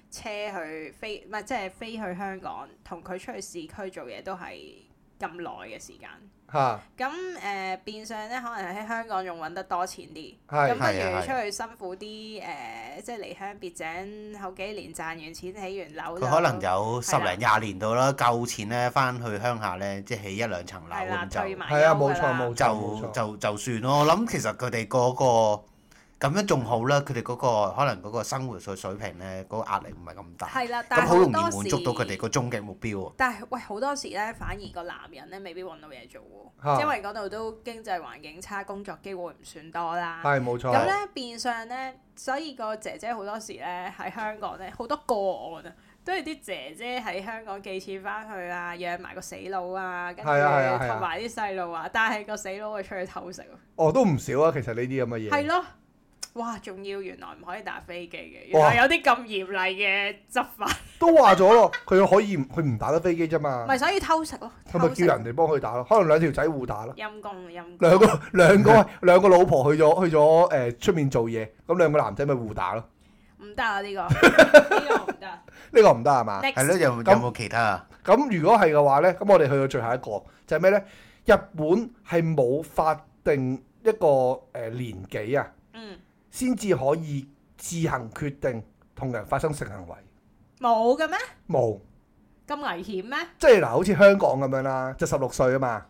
Speaker 2: 車去飛，唔係即係飛去香港，同佢出去市區做嘢都係咁耐嘅時間。
Speaker 1: 嚇
Speaker 2: 咁誒、呃、變相咧，可能喺香港仲揾得多錢啲，咁
Speaker 1: 係
Speaker 2: 不
Speaker 3: 係啊
Speaker 2: 如
Speaker 3: 係
Speaker 2: 出去辛苦啲誒、呃即係離鄉別井，後幾年賺完錢起完樓就，
Speaker 3: 佢可能有十
Speaker 2: 係啦
Speaker 3: 零廿年到啦，夠錢咧，翻去鄉下咧，即係起一兩層樓
Speaker 2: 係啦，
Speaker 3: 咁
Speaker 2: 退
Speaker 3: 就。
Speaker 2: 埋
Speaker 1: 係啊，
Speaker 2: 休
Speaker 1: 冇
Speaker 2: 㗎
Speaker 1: 錯
Speaker 2: 啦
Speaker 1: 冇錯冇
Speaker 3: 就
Speaker 1: 錯，
Speaker 3: 就就算咯。我諗其實佢哋嗰個咁樣仲好啦，佢哋嗰個可能嗰個生活水水平咧，嗰、個壓力唔係咁大，
Speaker 2: 係啦，但
Speaker 3: 咁
Speaker 2: 係
Speaker 3: 好容易
Speaker 2: 多
Speaker 3: 滿足到佢
Speaker 2: 時
Speaker 3: 哋個終極目標喎。
Speaker 2: 但係喂，好多時咧，反而個男人咧未必揾到嘢做喎，
Speaker 1: 嚇
Speaker 2: 因為嗰度都經濟環境差，工作機會唔算多啦。
Speaker 1: 係冇錯。
Speaker 2: 咁咧變相咧，所以個姐姐好多時咧喺香港咧好多個案啊，都係啲姐姐喺香港寄錢翻去啊，養埋個死佬啊，跟住
Speaker 1: 係啊係啊係啊
Speaker 2: 同埋啲細路啊，但係個死佬會出去偷食喎，
Speaker 1: 哦，都唔少啊，其實呢啲咁嘅
Speaker 2: 係
Speaker 1: 嘢。
Speaker 2: 咯。哇！仲要原來唔可以打飛機嘅，原
Speaker 1: 哇
Speaker 2: 來有啲咁嚴厲嘅執法，
Speaker 1: 都話咗咯，佢可以唔佢唔打得飛機啫嘛，
Speaker 2: 咪所以偷食咯，
Speaker 1: 佢咪
Speaker 2: 偷食
Speaker 1: 叫人哋幫佢打咯，可能兩條仔互打咯。
Speaker 2: 陰公陰公。
Speaker 1: 兩 個兩個兩個老婆去咗去咗誒出面做嘢，咁兩個男仔咪互打咯。
Speaker 2: 唔得啊！呢、個呢個唔得。
Speaker 1: 呢個唔得係啊嘛？
Speaker 3: 係咯，
Speaker 2: Next
Speaker 3: 有有冇其他啊？
Speaker 1: 咁如果係嘅話呢，咁我哋去到最後一個就係咩呢？日本係冇法定一個誒、呃年紀啊，
Speaker 2: 嗯，
Speaker 1: 先至可以自行決定同人發生性行為。
Speaker 2: 冇嘅咩？
Speaker 1: 冇，
Speaker 2: 咁危險咩？
Speaker 1: 即係嗱，好似香港咁樣啦，就十六歲啊嘛，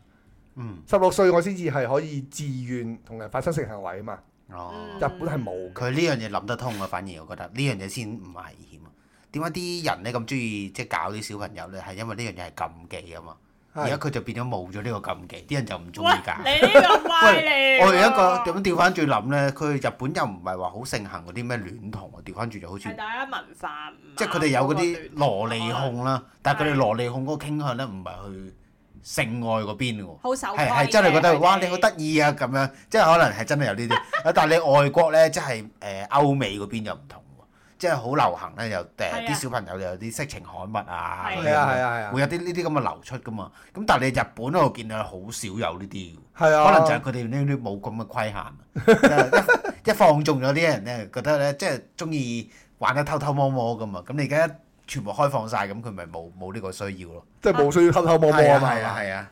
Speaker 3: 嗯，
Speaker 1: 十六歲我先至係可以自願同人發生性行為啊嘛。
Speaker 3: 哦
Speaker 1: 日，
Speaker 2: 嗯
Speaker 1: 本係冇嘅，
Speaker 3: 佢呢樣嘢諗得通啊，反而我覺得呢樣嘢先唔危險啊。點解啲人咧咁中意即係搞啲小朋友咧？係因為呢樣嘢係禁忌啊嘛。而家
Speaker 1: 係
Speaker 3: 佢就變咗冇咗呢個禁忌，啲人就唔中意
Speaker 2: 喂，
Speaker 3: 搞。
Speaker 2: 你呢個歪嚟。
Speaker 3: 我哋一個咁調翻轉諗咧，佢日本又唔係話好盛行嗰啲咩戀童啊，調翻轉就好似
Speaker 2: 係啊大家文化唔啱
Speaker 3: 即係佢哋有嗰啲蘿莉
Speaker 2: 嗰個亂
Speaker 3: 控啦，但係佢哋蘿莉控嗰個傾向咧唔係去性愛嗰邊嘅喎。
Speaker 2: 好手
Speaker 3: 係係真係覺得哇你好得意啊咁樣，即係可能係真係有呢啲。 啊但係你外國咧，即係誒歐美嗰邊就唔同喎，即係好流行咧，又誒
Speaker 2: 係啊
Speaker 3: 啲小朋友又有啲色情刊物啊，
Speaker 2: 係
Speaker 3: 嗰啲
Speaker 1: 係啊
Speaker 3: 咁樣
Speaker 1: 係啊係啊
Speaker 3: 會有啲呢啲咁嘅流出噶嘛。咁但係你日本我見到好少有呢啲嘅。
Speaker 1: 係啊，
Speaker 3: 可能就係佢哋呢啲冇咁嘅規限啊， 一一放縱咗啲人咧，覺得咧即係中意玩得偷偷摸摸咁啊，咁你而家全部開放晒，咁佢咪冇冇呢個需要咯？
Speaker 1: 即係冇需要偷偷摸摸
Speaker 3: 係
Speaker 1: 啊
Speaker 3: 啊
Speaker 1: 嘛。
Speaker 3: 係啊係啊，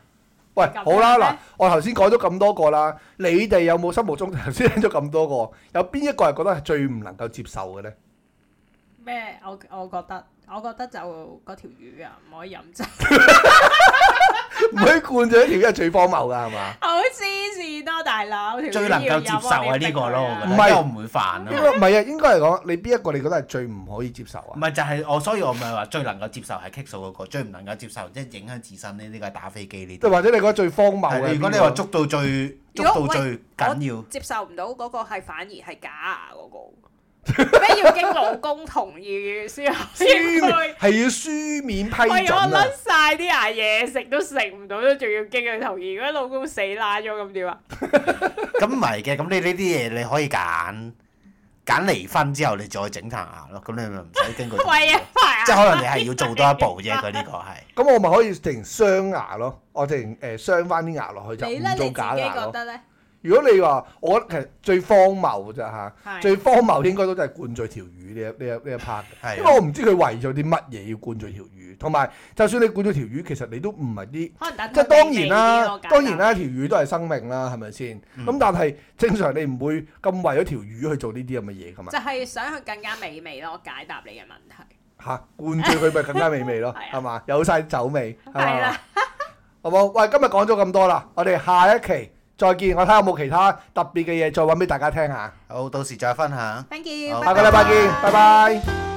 Speaker 1: 喂，
Speaker 2: 咁
Speaker 1: 好啦，
Speaker 2: 樣咩
Speaker 1: 嗱，我頭先講咗咁多個啦，你哋有冇心目中頭先聽咗咁多個，有邊一個係覺得係最唔能夠接受 嘅呢？
Speaker 2: 咩？我我覺得，我覺得就嗰條魚啊，唔可以飲酒，
Speaker 1: 唔可以灌醉一條魚係最荒謬㗎，係嘛？
Speaker 2: 好黐線咯，大佬。條魚
Speaker 3: 最能夠接受係呢個咯，我覺得，
Speaker 1: 唔
Speaker 3: 因
Speaker 1: 係
Speaker 3: 為我唔會煩啊
Speaker 1: 應
Speaker 3: 嘛。
Speaker 1: 該唔係啊，應該係講你邊一個你覺得係最唔可以接受
Speaker 3: 唔
Speaker 1: 啊？
Speaker 3: 係就係我，所以我咪話最能夠接受係棘數嗰個，最唔能夠接受即係影響自身呢呢個係打飛機
Speaker 1: 即係
Speaker 3: 呢
Speaker 1: 啊
Speaker 3: 啲。
Speaker 1: 或者你覺得最荒謬嘅？
Speaker 3: 係如果你話捉到最
Speaker 2: 如
Speaker 3: 捉到
Speaker 2: 果
Speaker 3: 最緊要，
Speaker 2: 接受唔到嗰個係反而係假牙嗰個，咩要經老公同意先
Speaker 1: 書
Speaker 2: 先
Speaker 1: 面
Speaker 2: 去？
Speaker 1: 係要書面批
Speaker 2: 喂，我
Speaker 1: 准啊
Speaker 2: 甩！晒啲牙嘢食都食唔到，都仲要激佢同意。如果老公死乸咗咁點 啊？
Speaker 3: 咁唔係嘅，咁你呢啲嘢你可以揀揀離婚之後，你再整棚牙咯，咁你咪唔使經過。
Speaker 2: 喂啊，排
Speaker 3: 即
Speaker 2: 牙！
Speaker 3: 係可能你係要做多一步啫，佢呢個係。
Speaker 1: 咁我咪可以直情鑲牙咯，我直情誒鑲翻啲牙落去就
Speaker 2: 你
Speaker 1: 唔
Speaker 2: 咧你
Speaker 1: 做
Speaker 2: 自
Speaker 1: 假
Speaker 2: 己
Speaker 1: 牙
Speaker 2: 覺
Speaker 1: 咯。
Speaker 2: 得咧？
Speaker 1: 如果你話我其實最荒謬啫嚇，
Speaker 2: 係
Speaker 1: 最荒謬應該都真係灌醉條魚呢一呢一呢一 part 嘅，
Speaker 3: 係啊
Speaker 1: 因為我唔知佢為咗啲乜嘢要灌醉條魚，同埋就算你灌咗條魚，其實你都唔係啲。
Speaker 2: 可能等
Speaker 1: 即係
Speaker 2: 佢
Speaker 1: 當
Speaker 2: 味
Speaker 1: 然
Speaker 2: 味啲
Speaker 1: 啦
Speaker 2: 咯，簡
Speaker 1: 當然
Speaker 2: 單
Speaker 1: 啦，條魚都係生命啦，係咪先？咁、但係正常你唔會咁為咗條魚去做呢啲咁嘅嘢噶嘛？
Speaker 2: 就係想佢更加美味咯，解答你嘅問題。
Speaker 1: 嚇、灌醉佢咪更加美味咯，
Speaker 2: 係啊
Speaker 1: 係嘛？有晒酒味，係啊
Speaker 2: 係
Speaker 1: 嘛
Speaker 2: 啦？，
Speaker 1: 好冇？喂，今日講咗咁多啦，我哋下一期再見，我睇下有冇其他特別嘅嘢再揾俾大家聽下。
Speaker 3: 好，到時再分享。
Speaker 2: ，thank you，
Speaker 3: 好
Speaker 1: 下個禮拜見，拜拜。